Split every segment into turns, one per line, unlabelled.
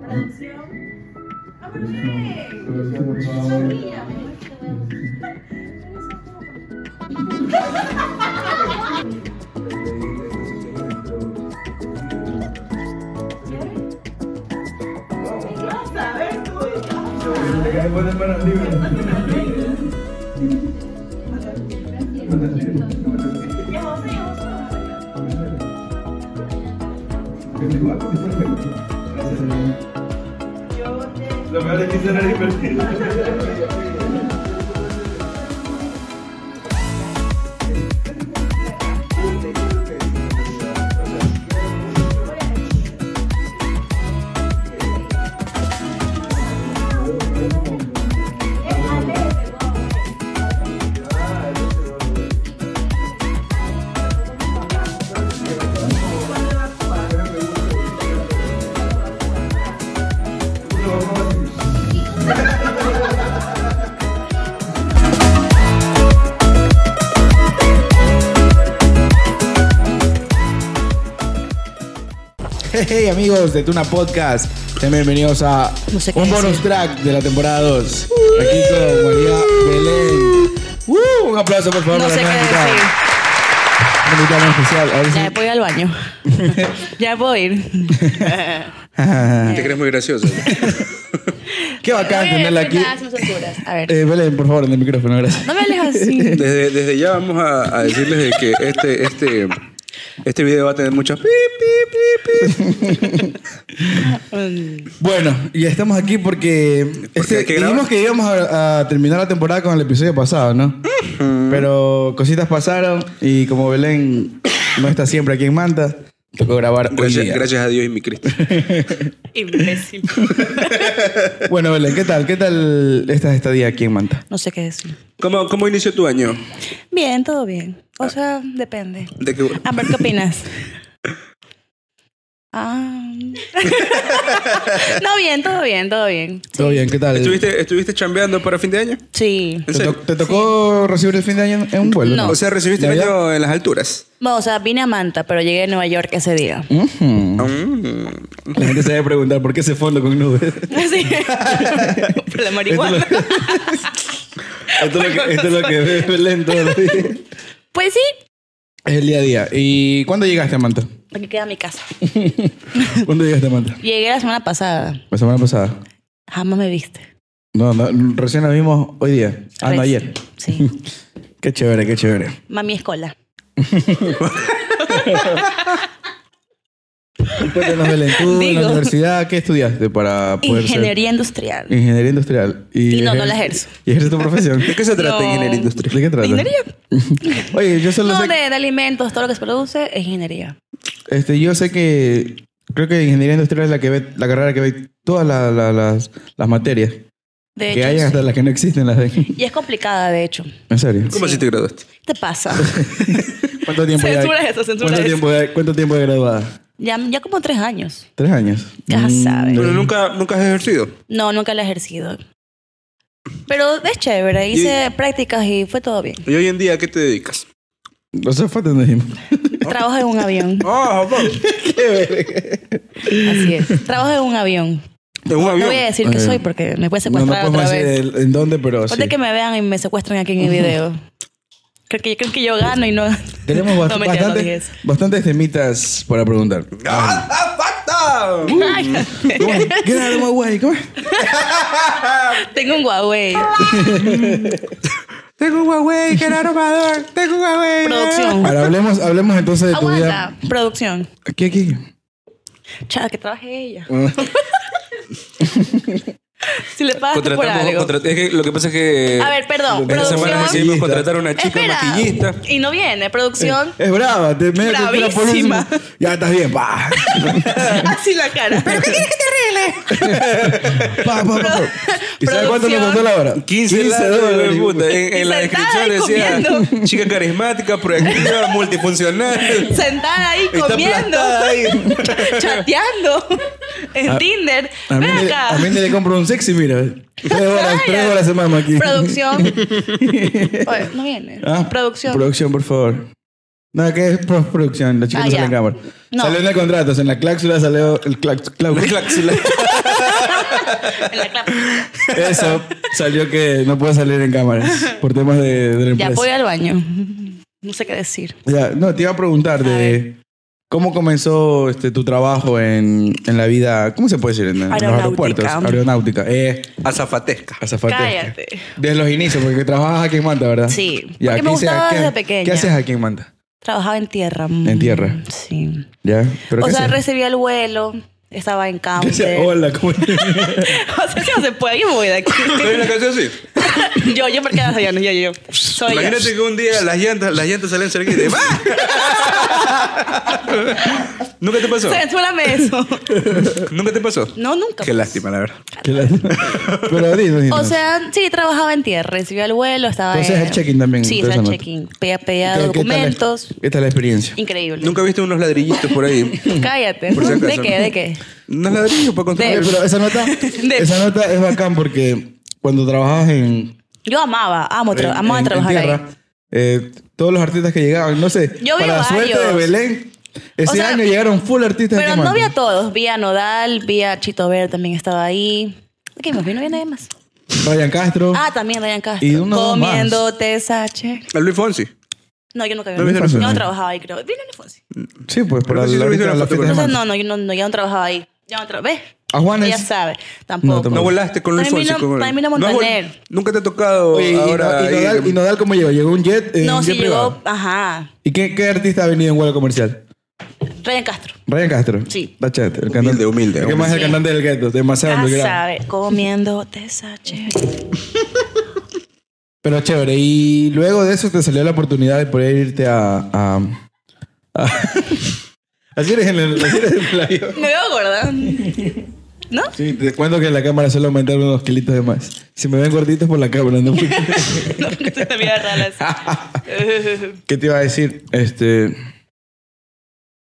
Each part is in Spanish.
canción. ¡Hombre!
Pero
Mira, me muestra huevos. ¿Qué vas a ver tú?
te cae buena en manos libres.
Ya vos, ya vos, ya vos. Yo te-
Lo peor es que será divertido.
Hey, hey, amigos de Tuna Podcast, sean bienvenidos a
No sé qué
un bonus
decir.
track de la temporada 2. Aquí con María Belén. Uh, un aplauso por favor
No
para
sé qué
la gran invitada.
decir.
Una invitada muy especial. Ahora sí.
Ya puedo ir al baño. ya puedo ir.
Te crees muy gracioso.
Qué bacán
Voy a
tenerla aquí.
despertar a sus alturas. A ver.
Eh, Belén, por favor, en el micrófono, gracias.
No me alejas así.
Desde, desde ya vamos a, a decirles de que este, este, este video va a tener muchas... pip, pip, pip, pip.
Bueno, y estamos aquí porque, este,
hay que
dijimos
grabar.
que íbamos a, a terminar la temporada con el episodio pasado, ¿no? Pero cositas pasaron y como Belén no está siempre aquí en Manta, tocó grabar hoy
Gracias,
día.
gracias a Dios y mi Cristo.
Imbécil.
Bueno, Belén, ¿qué tal? ¿Qué tal esta estadía aquí en Manta?
No sé qué decir.
¿Cómo, cómo inició tu año?
Bien, todo bien. O sea, depende.
De que,
A ver, ¿qué opinas? Ah. no, bien, todo bien, todo bien.
Todo bien, ¿qué tal?
¿estuviste, ¿Estuviste chambeando para fin de año?
Sí.
¿Te, to- te tocó recibir el fin de año en un vuelo?
No.
O sea, ¿recibiste el
¿Ya, ya?
año en las alturas?
No, o sea, vine a Manta, pero llegué a Nueva York ese día.
Ujú.
Mm.
La gente se debe preguntar, ¿por qué ese fondo con nubes?
Sí. Por la marihuana.
Esto es lo que, esto es lo que ve Belén todos los días.
Pues sí,
Es el día a día. ¿Y cuándo llegaste a Manta?
aquí queda mi casa.
¿Cuándo llegaste a Manta?
Llegué la semana pasada.
La semana pasada.
Jamás me viste.
No, no, recién la vimos hoy día. Ah, no,
Res-
ayer.
Sí.
Qué chévere, qué chévere.
Mami escola.
Y Cuéntanos, Belén, tú en la
Digo.
universidad, ¿qué estudiaste para poder ser...
Ingeniería industrial.
Ingeniería industrial. Y,
Y no, no
ejer-
la ejerzo.
¿Y ejerces tu profesión?
¿De qué se trata
No.
ingeniería industrial?
¿De qué trata?
Ingeniería.
Oye, yo solo
No,
sé...
de, de alimentos, todo lo que se produce es ingeniería.
Este, yo sé que... Creo que ingeniería industrial es la que ve, la carrera que ve todas la- la- las, las materias.
De
que
hecho,
hay
sí.
hasta las que no existen las ven.
Y es complicada, de hecho.
En serio.
¿Cómo
Sí.
así te graduaste?
¿Qué te pasa?
¿Cuánto tiempo ya-
Censura eso, censura
¿cuánto
eso.
tiempo, de- ¿Cuánto tiempo de graduada?
ya, ya como tres años.
Tres años.
Ya
Mm,
sabes.
Pero nunca, nunca has ejercido.
No, nunca la he ejercido. Pero es chévere. Hice prácticas y fue todo bien.
¿Y hoy en día a qué te dedicas?
O sea, falta no dijimos.
Trabajo en un avión.
Ah, papá.
Así es. Trabajo en un avión.
¿En un
No
avión?
voy a decir que
Ok.
soy porque me
No,
puede
no
secuestrar
podemos
otra
decir
vez.
el- en dónde, pero sí.
Ponte que me vean y me secuestran aquí en el video. Creo que, creo que yo gano y no.
Tenemos bast-
No, mentira, no dije
bastante,
eso.
bastantes temitas para preguntar.
¡Ah, ah, facta!
Ay,
¿Cómo es? Get out of my way, ¿cómo es?
tengo un Huawei.
Tengo un Huawei, que era armador. Tengo un Huawei.
Producción.
Ahora, hablemos, hablemos entonces de tu
Aguanta,
vida.
producción.
Aquí, aquí.
Chava, que trabaje ella. Si le pagas tú por
Contratamos,
algo.
contra- es que lo que pasa es que.
A ver, perdón.
Esta semana
Producción.
decidimos contratar a una chica
Espera.
maquillista.
Y no viene, producción.
Es brava, te medio que te la pones y-
Bravísima.
Ya estás bien, pa.
Así la cara. ¿Pero qué quieres que te arregle?
Pa, pa, pa. ¿Y sabes cuánto me
Producción.
costó la hora?
15 dólares,
hijo
puta. En, en
Y sentada
la descripción decía
y comiendo.
chica carismática, proactiva, multifuncional.
Sentada ahí
Está
comiendo,
aplastada ahí.
chateando en Tinder.
A mí,
Ven
le-
acá.
a mí le compro un sexy, mira. Tres horas, tres horas se mama aquí.
Producción. Oye, no viene.
Ah,
producción.
Producción, por favor. No, que es pro- producción, la chica
Ah,
no
ya.
sale en cámara.
No.
Salió en el contrato, o sea, en la cláusula salió el clax- cláusula.
Cláusula.
En la clapa.
Eso salió que no puede salir en cámaras por temas de, de la
Ya
empresa.
voy al baño. No sé qué decir.
Ya, no, te iba a preguntar
A
de cómo comenzó este, tu trabajo en, en la vida, ¿cómo se puede decir? En, en los
Aeronáutica.
aeropuertos. Aeronáutica. Eh,
Azafatesca.
azafate.
Cállate.
Desde los inicios, porque trabajas aquí en Manta, ¿verdad?
Sí,
Ya,
porque
¿qué
me
haces
gustaba
aquí-
desde pequeña.
¿Qué haces aquí en Manta?
Trabajaba en tierra. Mm,
En tierra.
Sí.
¿Ya? ¿Pero
O
qué
sea,
haces?
recibía el vuelo, estaba en
¿Qué
campo.
haces? Hola, ¿cómo estás?
O sea, si no se puede, yo me voy de aquí.
¿Hay una canción así?
yo, yo, porque soy yo, no, yo, yo. Soy yo.
Imagínate que un día las llantas, las llantas salen cerca y te ¿Nunca te pasó?
Censúrame eso.
¿Nunca te pasó?
No, nunca.
Qué lástima, la verdad.
¿Qué le haces? Pero dinos, dinos.
O sea, sí, trabajaba en tierra, recibía el vuelo, estaba
Entonces,
en-
el check-in también,
Sí,
entonces,
hacía el
no.
check-in. Pedía, pedía
¿Qué- qué tal la-
documentos.
¿Qué tal la experiencia?
Increíble.
¿Nunca viste unos ladrillitos por ahí?
Cállate.
Por si acaso.
¿De qué? ¿De qué?
¿Unos ladrillos para
Oye,
Eh,
construir?
pero esa nota, esa nota es bacán porque cuando trabajas en,
Yo amaba, amo, tra-
en-
amaba
en- en
trabajar ahí.
tierra, eh, todos los artistas que llegaban, no sé,
Yo vi
para la suerte de
varios.
Belén, ese
O sea,
año llegaron full artistas.
Pero
que
no
mandan.
vi a todos. Vi a Nodal, vi a Chito Ver también estaba ahí. ¿Qué más? ¿Vi? ¿No vi a nadie más?
Ryan Castro.
Ah, también Ryan Castro.
Oh. Y uno o dos más.
Comiendo TSH.
A Luis Fonsi.
No, yo nunca vi.
¿No
a Luis Fonsi.
viste
a Luis
Yo no
Fonsi?
trabajaba ahí, creo. Vino Luis Fonsi.
sí, pues, para
Pero sí se
la,
lo hizo
ahorita
en
la
la
fiesta
foto, pero-
de
Entonces,
Manta.
no, no, yo no, no, yo no trabajaba ahí. Ya no trabajaba. ¿Ves?
¿A Juanes?
Ella sabe. Tampoco.
tampoco.
No volaste con Luis
También
Fonsi.
vino-
con él.
también vino
No has vol-
Montaner.
Nunca te ha tocado
Oye, pues, y,
ahora.
y,
ahí-
Nodal, ¿y Nodal cómo llegó? ¿Llegó un jet? eh,
No,
un
sí
jet
llegó.
privado?
Ajá.
¿Y qué, qué artista ha venido en vuelo comercial?
Ryan Castro.
Ryan Castro.
Sí.
Bachet, el cantante.
Humilde, humilde.
¿Qué más es el
Sí.
cantante del gueto? Demasiado
Ya
underground.
sabe. Comiendo TSH.
Pero chévere, y luego de eso te salió la oportunidad de poder irte a... a- a- así eres en el, así eres en el avión.
Me veo gorda. ¿No?
Sí, te cuento que en la cámara suele aumentar unos kilitos de más. Si me ven gorditos por la cámara, no porque-
No, no te miras rara así.
¿Qué te iba a decir? Este...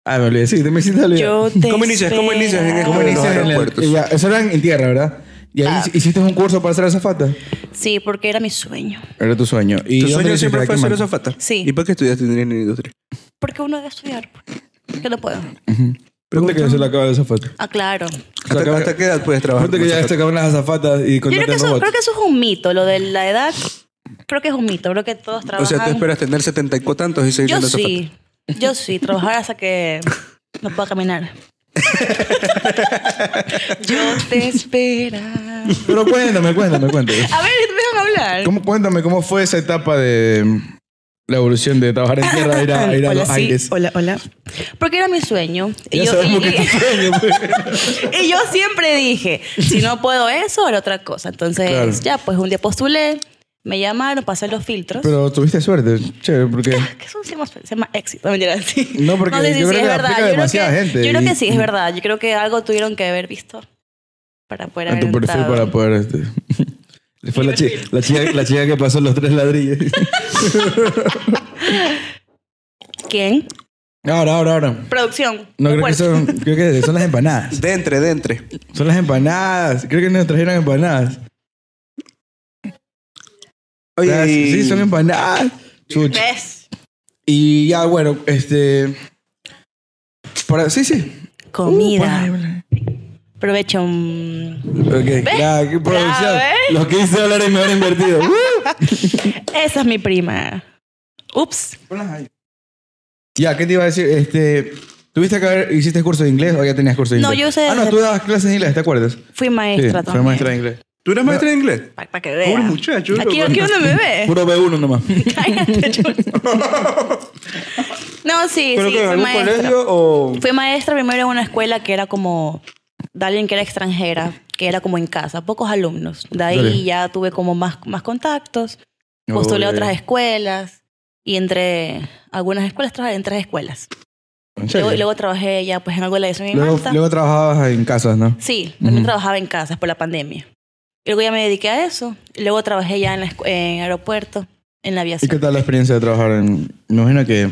Ah, me olvidé. Sí, te me hiciste olvidar.
Yo te
¿Cómo inicias? ¿Cómo inicias en
espero.
¿Cómo
Los
inicias en
aeropuertos.
el... ya, eso era en tierra, ¿verdad? Y
Ah.
ahí hiciste un curso para ser azafata.
Sí, porque era mi sueño.
Era tu sueño. ¿Y dónde lo
Tu sueño
hiciste?
siempre fue
Aquí,
ser
man.
azafata.
Sí.
¿Y para qué estudiaste ingeniería en industria?
Porque uno debe estudiar. pues. Que no puedo.
Ponte que se la acaba de azafata.
Ah, claro.
Se la
¿Hasta,
acaba-
hasta qué edad puedes trabajar?
Ponte que
como
ya se
azafata?
acaban las azafatas y
Yo creo que,
contratan
eso,
robots.
creo que eso es un mito, lo de la edad. Creo que es un mito. Creo que todos
O
trabajan.
sea, tú esperas tener setenta y tantos y seguir
Yo
siendo azafata.
sí. Yo sí. Trabajar hasta que no pueda caminar. Yo te espera.
Pero cuéntame, cuéntame, cuéntame.
A ver, déjame hablar.
¿Cómo, cuéntame cómo fue esa etapa de mm, la evolución de trabajar en tierra a ir a, a ir a
Ah, hola,
los
sí,
aires.
hola, hola. Porque era mi sueño.
Ya sabemos que es tu sueño, pues.
Y yo siempre dije, si no puedo eso, haré otra cosa. Entonces,
Claro.
ya, pues un día postulé, me llamaron, pasé los filtros.
Pero tuviste suerte, chévere, porque...
que eso se llama, se llama éxito, no mentira, sí.
No, porque
sé
yo creo que aplica
creo
demasiada
que-
gente
Yo creo
y-
que sí, es verdad. Yo creo que algo tuvieron que haber visto para poder
En tu
haber
perfil
entrado.
para poder... Este. Fue la, chi- la chica, la chica que pasó los tres ladrillos.
¿Quién?
Ahora, ahora, ahora.
Producción.
No, creo que,
Fuerte.
son, creo que son las empanadas.
De entre, de entre.
Son las empanadas. Creo que nos trajeron empanadas.
Oye, y-
Ah, Sí, son empanadas. Chucha.
¿Ves?
Y ya, bueno, este. Para, sí, sí.
Comida.
Uh, para-
Provecho. mm.
Ok, ya, qué producción.
Ya, ¿ves?
Los 15 dólares me han invertido. Uh.
Esa es mi prima. Ups.
ya, ¿qué te iba a decir? Este. ¿Tuviste que haber, hiciste curso de inglés o ya tenías curso de
No,
inglés?
yo usé
Ah, no,
desde-
tú dabas clases de inglés, ¿te acuerdas?
Fui maestra
sí, fue
también.
maestra de inglés.
¿Tú eres maestra de inglés?
Para que vean.
Pobre muchacho,
Aquí,
loco.
aquí uno me ve.
Puro B1 nomás.
Cállate, chulo. No, sí,
¿Pero
sí,
qué?
fui
¿Algún
maestra.
colegio o...?
Fui maestra primero en una escuela que era como de alguien que era extranjera, que era como en casa, pocos alumnos. De ahí
Dale.
ya tuve como más, más contactos,
Oh,
postulé a
ya, ya.
otras escuelas y entre algunas escuelas trabajé en tres escuelas.
¿En serio?
Luego, luego trabajé ya pues en algo de la edición en
Luego,
Malta.
luego trabajabas en casas, ¿no?
Sí, también
Ujú.
trabajaba en casas por la pandemia. Y Luego ya me dediqué a eso. Y Luego trabajé ya en, la escu- en aeropuerto, en la
¿Y qué
aviación.
tal la experiencia de trabajar en.? Me imagino que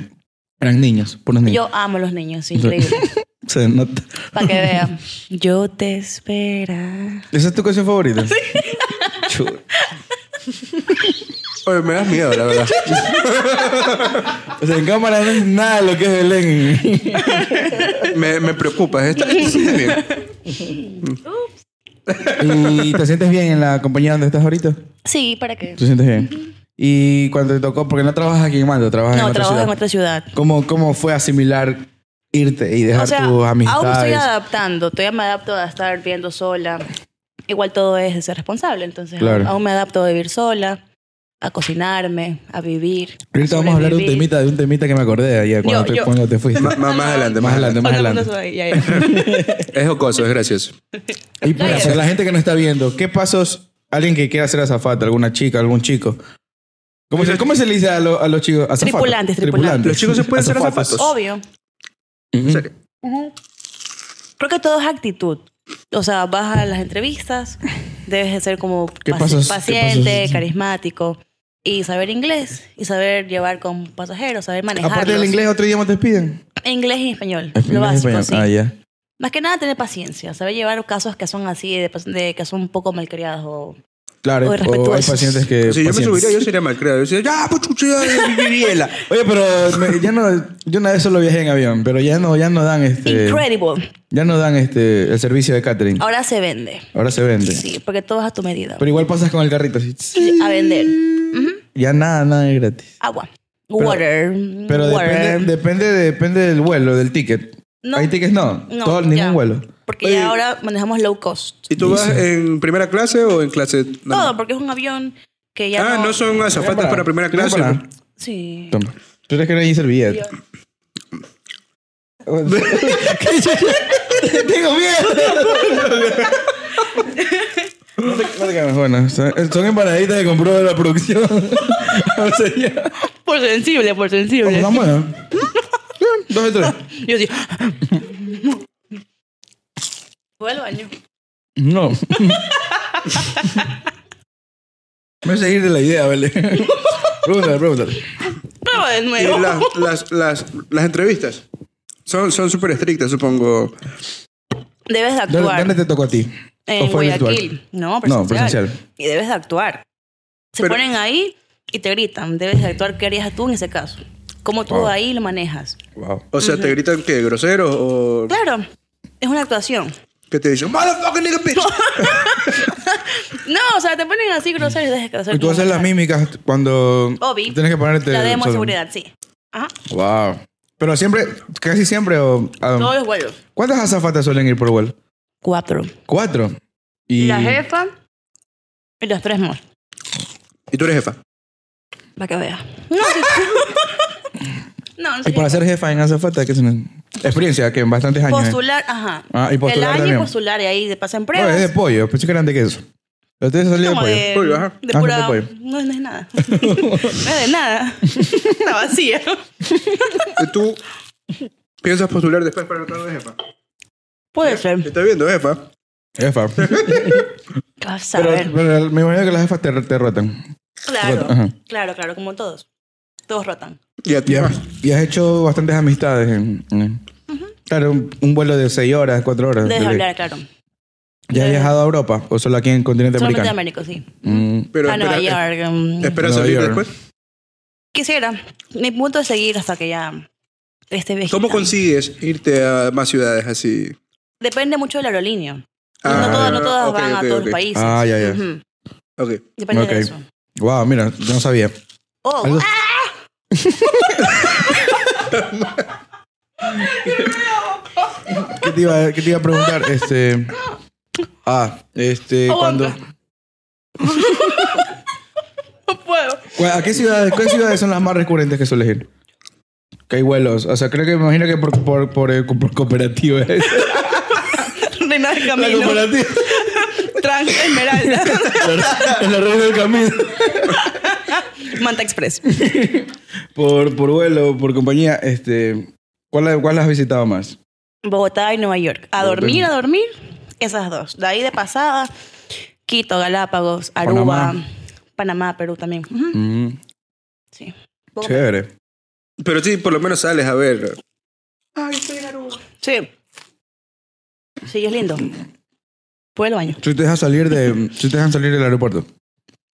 eran niños, puros niños.
Yo amo a los niños, increíble.
Se nota.
Para que vean. Yo te espera.
¿Esa es tu canción favorita? Chu-
Oye, me das miedo, la verdad.
O sea, en cámara no es nada lo que es Belén.
me, me preocupa. Está, está bien.
¿Y te sientes bien en la compañía donde estás ahorita?
Sí, ¿para qué?
¿Te sientes bien? Y cuando te tocó, porque no trabajas aquí en Manta, trabajas en
No,
otra
trabajo
ciudad.
en otra ciudad.
¿Cómo, ¿Cómo fue asimilar irte y dejar
O sea,
tus
aún me
amistades?
estoy adaptando. Todavía me adapto a estar viviendo sola. Igual todo es de ser responsable. Entonces,
Claro.
aún me adapto a vivir sola, a cocinarme, a vivir.
Ahorita vamos a hablar de un
sobrevivir.
temita, de un temita que me acordé ayer cuando,
Yo-
te,
yo-
cuando te fuiste.
Ma- ma- más adelante, más
Más
adelante.
adelante, más
Otra
adelante.
cosa, ya, ya.
Es jocoso, es gracioso.
Y para para la gente que no está viendo, ¿qué pasos alguien que quiera ser azafata, alguna chica, algún chico? ¿Cómo se, cómo se le dice a, lo- a los chicos? Azafatos.
Tripulantes, tripulantes.
Los chicos se pueden ser
Pues,
azafatos.
Obvio.
Ujú.
serio?
Creo que todo es actitud. O sea, vas a las entrevistas, debes de ser como
¿Qué
paci-
pasos- qué
paciente,
pasos?
carismático y saber inglés y saber llevar con pasajeros, saber manejarlos.
Aparte del inglés, otro idioma te piden.
Inglés y español,
Español,
lo básico,
español.
sí.
Ah, ya.
Más que nada tener paciencia, saber llevar casos que son así, de, de- que son un poco malcriados o...
Claro,
O
o hay
irrespetuosos.
pacientes que.
Si yo me
pacientes.
subiría, yo sería malcriado. Yo sería, ya, puchuchilla, viviela.
Oye, pero me- ya no, yo una vez solo viajé en avión, pero ya no, ya no dan este,
Incredible.
ya no dan este el servicio de catering.
Ahora se vende.
Ahora se vende.
Oh, Sí, porque todo es a tu medida.
Pero igual pasas con el carrito así.
A vender. Ujú.
Ya nada, nada es gratis.
Agua. Water.
Pero
Water.
depende, depende, depende del vuelo, del ticket.
No.
Hay tickets no,
No,
todo,
ya.
ningún vuelo.
Porque
Oye.
ya ahora manejamos low cost.
¿Y tú vas en primera clase o en clase? normal?
Todo, porque es un avión que ya.
Ah, no son azafatas para primera
Tira
clase.
para-
Sí.
Toma. ¿Tú crees que no hay servilleta? Tengo miedo. No te, no te cagas, bueno, son, eh, son empanaditas que compró de la producción. o sea, ya.
Por sensible, por sensible.
Están buenas. Bien, Dos de tres.
Yo sí. Voy al baño.
No. Voy a seguir de la idea, ¿vale? pregúntale, pregúntale.
Prueba de
Y
nuevo.
las, las, las, las entrevistas son son súper estrictas, supongo.
Debes de
¿Dónde,
actuar.
dónde te tocó a ti?
en
¿O fue virtual?
Guayaquil. No, presencial.
No, presencial.
Y debes de actuar. Se
Pero-
ponen ahí y te gritan. Debes de actuar. ¿Qué harías tú en ese caso? ¿Cómo tú
Wow.
ahí lo manejas?
Wow.
O sea, te gritan que groseros o
Claro, es una actuación.
que te dicen, motherfucking nigga bitch.
No, o sea, te ponen así groseros y dejas que hacer
Y tú
como
haces las
tal.
mímicas cuando
Obi.
tienes que ponerte...
La demo de
solo.
seguridad, sí. Ajá.
Wow. Pero siempre, casi siempre... o- ah,
Todos los vuelos.
¿Cuántas azafatas suelen ir por vuelo?
Cuatro.
Cuatro. Y...
La jefa y los tres más.
Y tú eres jefa.
Para que veas. No, sí. no, en
Y
serio.
para ser jefa en azafata, ¿qué es una experiencia que en bastantes años... ¿eh?
Postular, ajá.
Ah, y postular
El año
también.
postular y ahí te pasan
No, es de
pruebas.
pollo. Pensé que eran de queso. Ustedes salían de
como
pollo.
de,
Pollo, ajá.
de
Ah,
pura.
de pollo.
No, no es nada. no es de nada. ¿eh? Está vacía.
¿Y tú piensas postular después para el cargo de jefa?
Puede ser.
Estás viendo, jefa.
Jefa.
¿Qué Vas a
Pero,
ver.
pero me imagino que las jefas te, te rotan.
Claro,
Ajá.
claro, claro, como todos. Todos rotan.
Y a ti.
Y,
ah,
has- y has hecho bastantes amistades. en- en- Claro, un, un vuelo de 6 horas, 4 horas.
Debes
de-
hablar, claro.
¿Ya has viajado a Europa o solo aquí en el continente
Solamente
americano?
Américo, sí.
Mm,
Pero
a Nueva
espera, eh,
York. mm.
espera
Nueva
salir
York.
después.
Quisiera. Mi punto es seguir hasta que ya esté viejita.
¿Cómo consigues irte a más ciudades así?
Depende mucho de la aerolínea.
Ah,
no, todas, no todas
ok,
van
ok,
a todos
ok.
los países.
Ah, ya, ya.
Ujú.
Ok.
Depende
Ok.
de eso.
wow, mira, yo no sabía.
Oh,
Algo-
ah,
¿Qué te iba, qué te iba a preguntar? Este. Ah, este. Cuando,
no puedo.
cu- ¿A qué ciudades, qué ciudades son las más recurrentes que sueles ir? Que hay vuelos. O sea, creo que me imagino que por, por, por, eh, por cooperativa es.
No hay nada de
La
camino.
cooperativa.
Trans Esmeralda.
En la red del camino.
Manta Express.
Por, por vuelo, por compañía. Este. ¿Cuál, la- cuál has visitado más?
Bogotá y Nueva York. A dormir, a dormir. Esas dos. De ahí de pasada, Quito, Galápagos, Aruba,
Panamá.
Panamá, Perú también. Ujú,
Mm,
Sí. Bogotá.
chévere.
Pero sí, por lo menos sales a ver.
Sí. Sí, es lindo. Puedo el baño.
Si te dejan salir, de, si te dejan salir del aeropuerto.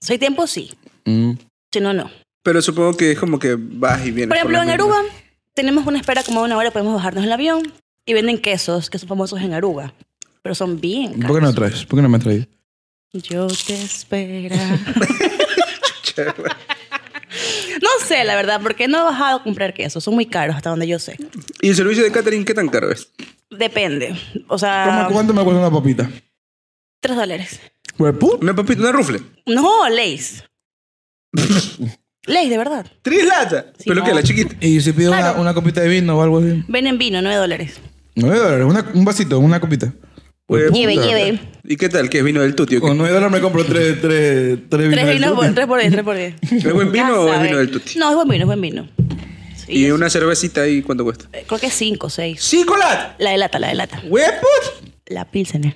Soy tiempo, sí.
Mm.
Si no, no.
Pero supongo que es como que vas y vienes.
Por ejemplo,
las
en
mismas.
Aruba tenemos una espera como de una hora, podemos bajarnos del avión y venden quesos que son famosos en Aruba. pero son bien
¿Por qué no
caros.
traes? ¿Por qué no me has traído?
Yo te espera. no sé, la verdad, porque no he bajado a comprar queso. Son muy caros, hasta donde yo sé.
¿Y el servicio de catering qué tan caro es?
Depende. O
¿Cómo-
sea,
¿Cuánto me cuesta una papita?
tres dólares.
Pues puta.
Una papita, una rufle.
No, Lays. Lays, de verdad.
Tres latas.
Sí,
¿Pero
no.
qué? La chiquita.
Y si pido
Claro.
una, una copita de vino o algo así.
Ven en vino, nueve dólares.
9 dólares, una- un vasito, una copita.
Pues,
Lleve,
puta.
lleve.
¿Y qué tal? ¿Qué es vino del tutio?
Con 9 dólares me compro 3 tres, tres
Tres
del
vinos,
Tuti.
por, tres por diez, tres por diez.
¿Es buen vino
Ya
o es
sabe.
vino del tuti?
No, es buen vino, es buen vino. Sí,
¿Y
es-
una cervecita ahí cuánto cuesta?
eh, Creo que es cinco, seis.
¡Cinco latas!
La de lata, la de lata.
¡Hueput!
La Pilsener.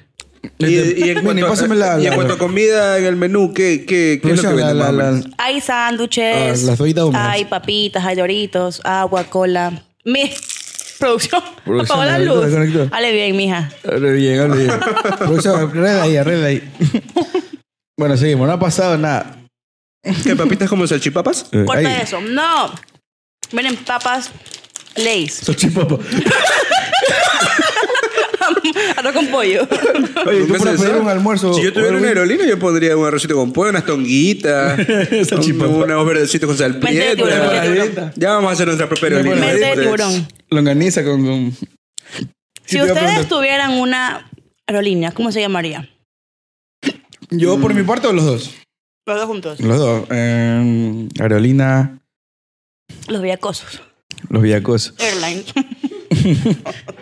Y, y en
Bueno, y
cuanto,
pásame la-
y en
la-
cuanto a comida en el menú, ¿qué, qué, qué es lo que
la,
venden?
la,
más o
la-
menos?
Hay sándwiches.
Ah, las toallitas húmedas.
Hay papitas, hay doritos, agua, cola. Mi producción.
Producción,
Apagó la
desconectó,
luz.
desconectó.
Hale bien, mija.
Hable bien, hable bien. Producción, arregla ahí, arregla ahí. bueno, seguimos. No ha pasado nada.
¿Qué papitas como salchipapas?
Eh,
Corta
ahí.
eso. No. Miren, papas. Leis.
Salchipapa.
Arroz con pollo.
Oye, tú
Nunca se
para pedir
sabe.
un almuerzo.
Si yo tuviera
o algo-
una aerolínea, yo pondría un arrocito con pollo, unas tonguitas, un-
Salchipapa.
unos verdecitos con
Mente de tiburón,
salpieta.
mente de
tiburón.
Ya vamos a hacer nuestra propia aerolínea.
Mente
Mente de
Ustedes-
tiburón.
Longaniza con. con... Sí, te
Si
iba a
ustedes
preguntar.
tuvieran una aerolínea, ¿cómo se llamaría?
¿Yo por mi parte o los dos?
Los dos juntos.
Los dos. Eh, Aerolina,
Los villacosos.
los Villacos.
Airlines.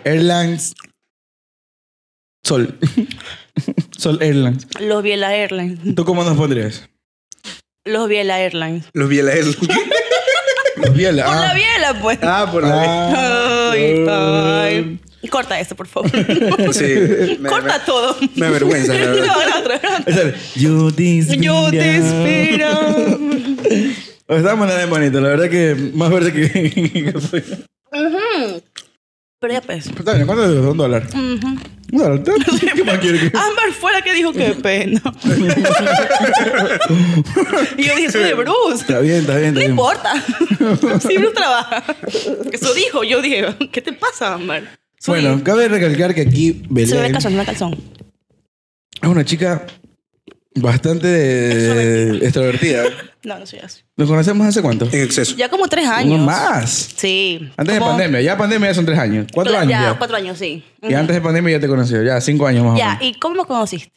Airlines. Sol. Sol Airlines.
Los Biela Airlines.
¿Tú cómo nos pondrías?
Los Biela Airlines.
Los Vielael.
Los Biela.
Por la biela, pues.
Ah, por la
Ay,
eh.
ay. Corta esto, por favor.
Sí. Me-
Corta todo.
Me da vergüenza, la
No,
verdad.
la otra, la otra.
Yo te espero.
Yo te espero.
Está manera de bonito, la verdad que más verde que.
Pero ya pues.
Está bien, ¿cuánto es un dólar?
Ujú.
Un dólar. ¿Qué más quiere que.?
Ámbar fue la que dijo que pena. y yo dije, soy de Bruce.
Está bien, está bien, está
No
bien.
importa. Si Bruce trabaja. Eso dijo. Yo dije, ¿qué te pasa, Ámbar? Soy-
Bueno, cabe recalcar que aquí
Se ve
Belén
calzón, se ve calzón.
es una chica bastante extrovertida.
No, no soy así.
¿Nos conocemos hace cuánto?
En exceso.
Ya como tres años.
Uno más.
Sí.
Antes de
Como-
pandemia, ya pandemia ya son tres años. Cuatro
Cla-
años
Ya,
ya.
cuatro años, sí.
Y antes de pandemia ya te conocí, ya cinco años más o
Ya,
menos.
¿y cómo me conociste?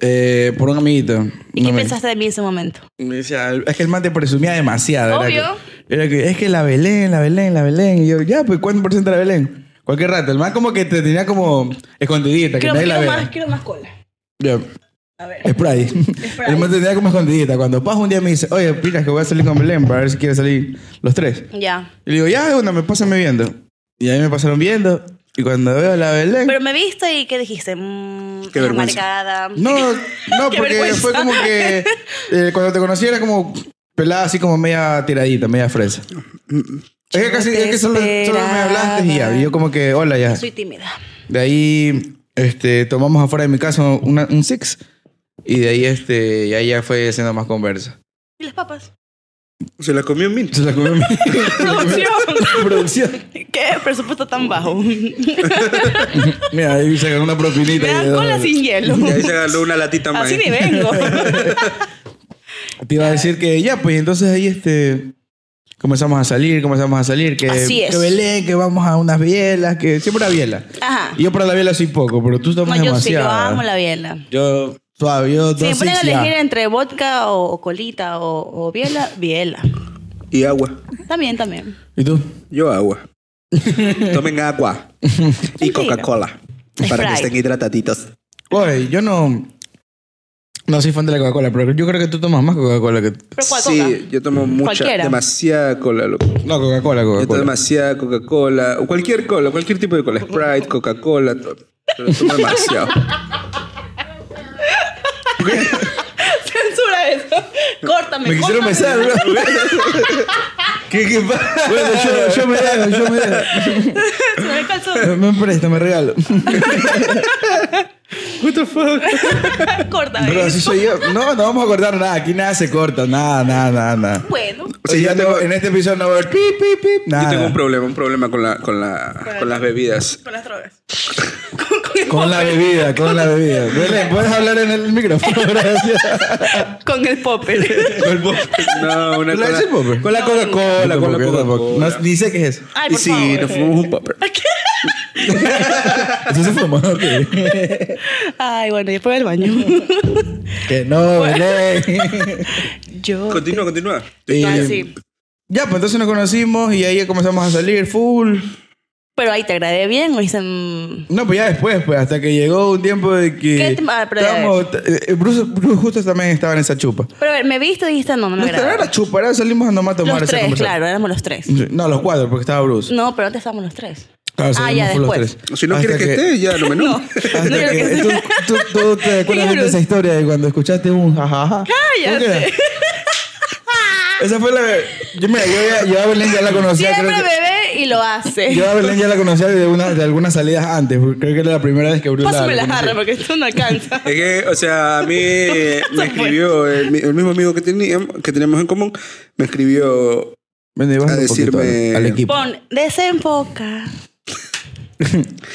Eh, por un amiguito.
¿Y
un
qué
amigo.
pensaste de mí en ese momento?
Me decía, es que el man te presumía demasiado. era
Obvio.
que- Era que, es que la Belén, la Belén, la Belén. Y yo, ya, pues, ¿cuánto por ciento de la Belén? Cualquier rato. El man como que te tenía como escondidita, que
Quiero,
nadie la
quiero
vea.
más, quiero más cola.
Ya. Spray. El man te tenía como escondidita. Cuando Paz un día me dice, oye, mira, que voy a salir con Belén para ver si quiere salir los tres.
Ya.
Y le digo, ya, de una, me pásame viendo. Y ahí me pasaron viendo. Y cuando veo a la Belén...
Pero me viste y ¿qué dijiste? Mm,
Qué vergüenza.
amargada.
No, no,
Qué
porque
vergüenza.
fue como que eh, cuando te conocí era como pelada, así como media tiradita, media fresa. Es que casi, es que solo, solo me hablaste y ya. Y yo como que, hola ya.
Soy tímida.
De ahí este, tomamos afuera de mi casa una- un six. Y de ahí este, ya, ya fue haciendo más conversa.
¿Y las papas?
Se la comió en mil.
Se la comió mi
Producción.
producción.
¿Qué presupuesto tan bajo? Me
Mira, ahí sacan una propinita. y de
dan
dos
cola
dólares.
sin hielo.
Y ahí se agarró una latita más.
Así ni vengo.
Te iba a decir que ya, pues entonces ahí este comenzamos a salir, comenzamos a salir, que,
Así es.
que Belén, que vamos a unas bielas, que siempre a biela.
Ajá.
Y yo para la biela soy poco, pero tú tomas
No, yo sí, yo
demasiado.
amo la biela.
Yo suave, yo dos
Si me ponen a
six ya.
elegir entre vodka o, o colita o, o biela, biela.
Y agua.
También, también.
¿Y tú?
Yo agua. Tomen agua. Y Coca-Cola. Para que
Sprite.
estén hidrataditos.
Oye, yo no no soy fan de la Coca-Cola, pero yo creo que tú tomas más Coca-Cola que
Pero ¿cuál
Sí, yo tomo mucha,
Cualquiera.
demasiada cola, loco.
no Coca-Cola,
Yo tomo
Coca-Cola.
demasiada Coca-Cola, o cualquier cola, cualquier tipo de cola, Sprite, Coca-Cola, todo. Pero tomo demasiado.
coca? Censura eso. Córtame.
Me quisieron
córtame.
besar, bro. ¿Qué, qué pasa? Bueno, yo, yo me dejo, yo me dejo.
Se me ve el calzón.
Me, me presta, me regalo.
What the fuck?
Córtame.
Pero si soy yo. No, no vamos a cortar nada. Aquí nada se corta. Nada, nada, nada, nada.
Bueno.
O sea,
Aquí
yo
no-
tengo-
en este episodio no va a haber pip, pip, pip. Nada.
Yo tengo un problema, un problema con la, con la, con las bebidas.
Con las drogas. Con, con el
Con la bebida, con la bebida. Belén, puedes hablar en el micrófono, gracias.
Con el popper.
Con el popper.
No, una
¿Con la
con
del popper?
la, con la Coca-Cola, con
Yo tampoco,
la
yo
Coca-Cola.
tampoco. No, ni sé qué es eso.
Ay,
Y
por
sí,
favor.
nos fumamos un papel.
Eso se fuma, ok.
Ay, bueno, y después del baño.
Que no, Belén.
Yo.
Continúa, continúa.
Ah,
Y-
sí.
Ya, pues entonces nos conocimos y ahí comenzamos a salir full.
Pero ahí te agradé bien o dicen.
No, pues ya después, pues hasta que llegó un tiempo de
¿Qué
que.
te- ah, pero- Ah,
estábamos- eh, Bruce, Bruce justo también estaba en esa chupa.
Pero a ver, me viste y dijiste, no, no me
No estaba
agrada.
en la chupa, era salimos a nomás a tomar
Los
esa
tres,
conversación. Mm.
claro, éramos los tres.
No, los cuatro, porque estaba Bruce.
No, pero antes estábamos los tres.
Claro,
Ah,
salimos
ya,
full los
después.
tres.
Si no
Hasta
quieres que, esté, ya lo menos.
hasta
No,
que-
yo creo que-
tú, tú- tú te acuerdas
Bruce.
de esa historia de cuando escuchaste un jajaja.
Cállate.
¿Cómo que era? Esa fue la. Yo, mira, yo, ya- yo a Belén ya la conocía.
Siempre
creo que-
me ve y lo hace.
Yo a Belén ya la conocía de, una, de algunas salidas antes. porque Creo que era la primera vez que Bruce la-
Pásame
la
la
conocí.
jarra porque tú no alcanzas.
Es que, o sea, a mí eh, me escribió el, mi- el mismo amigo que teníamos, que teníamos en común, me escribió
Ven, y baja
A
un poquito
decirme-
al, al equipo.
Pon, desenfoca.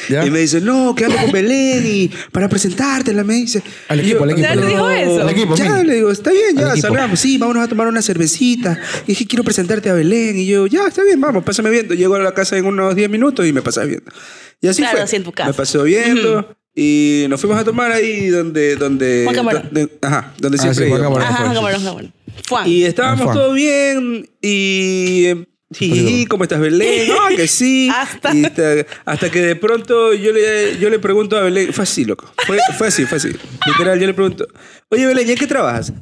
¿Ya?
y me dice, no, que hablo con Belén y para presentártela, me dice.
Al
Y
equipo, al equipo,
¿Ya le
"No".
dijo eso? Al
equipo,
ya,
mira.
le digo, está bien, ya,
Al equipo.
salgamos. Sí, vámonos a tomar una cervecita. Y dije, quiero presentarte a Belén. Y yo, ya, está bien, vamos, pásame viendo. Llego a la casa en unos 10 minutos y me pasas viendo. Y así
Claro,
fue.
así en tu casa.
Me pasó viendo. Y nos fuimos a tomar ahí donde... donde,
Juan Camarón.
donde- ajá, donde
Ah,
siempre
sí, Juan
íbamos.
Camarón.
Ajá,
Juan.
camarón, camarón. Juan.
Y estábamos
Juan.
todo bien y... eh, Jijiji, ¿cómo estás, Belén? Ah, que sí.
Hasta.
Y hasta, hasta que de pronto yo le, yo le pregunto a Belén. Fue así, loco. Fue, fue así, fue así. Literal, yo le pregunto. Oye, Belén, ¿y en qué trabajas?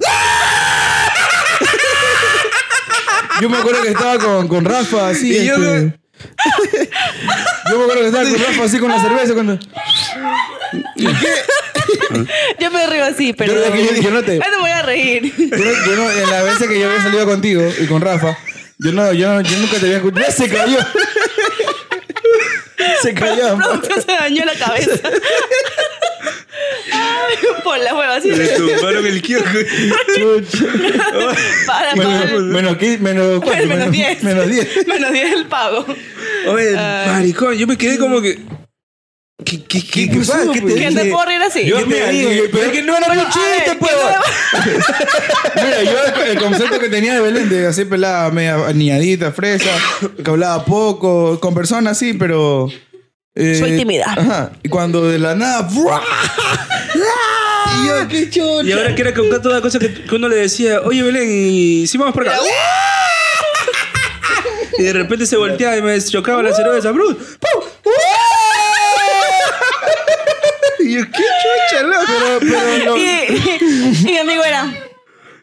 Yo me acuerdo que estaba con, con Rafa así.
Y
este-
yo
yo,
me-
me acuerdo que estaba con Rafa así con la cerveza. Cuando...
Yo me río así, pero.
Yo, yo- yo no te.
Ay, no me voy a reír.
Yo, no- yo no- en la vez que yo había salido contigo y con Rafa, yo, no, yo, no- yo nunca te había escuchado. ¡Ya se cayó! se cayó. amor.
Pronto se dañó la cabeza. Ay, por la hueva, así.
Le tumbaron el kiosco.
Chuch.
Para, para.
Menos, menos, quin- pues, menos, cuatro,
Menos 10.
Menos 10.
Menos 10 el pago.
Oye, maricón, yo me quedé como que... ¿Qué, qué, qué,
¿Qué
pasó?
pasa? ¿Qué te
pues?
¿Qué te puedo reír así?
Yo
¿Qué
me
te
digo,
digo?
pero es que no era
Pero,
un
a
chiste,
ver,
pues.
¿qué te va-
Mira, yo el concepto que tenía de Belén, de así pelada, media niñadita, fresa, que hablaba poco, con personas sí, pero. eh,
Soy tímida.
Ajá. Y cuando de la nada. ¡buah! Y yo, qué chulo.
Y ahora que era con toda cosa que, que uno le decía, oye Belén, y si vamos por acá. y de repente se volteaba y me chocaba la
Uh,
cerveza, Bruce. ¡Pum! y yo, qué chucha, loco. Pero, pero no.
Y, y mi amigo era.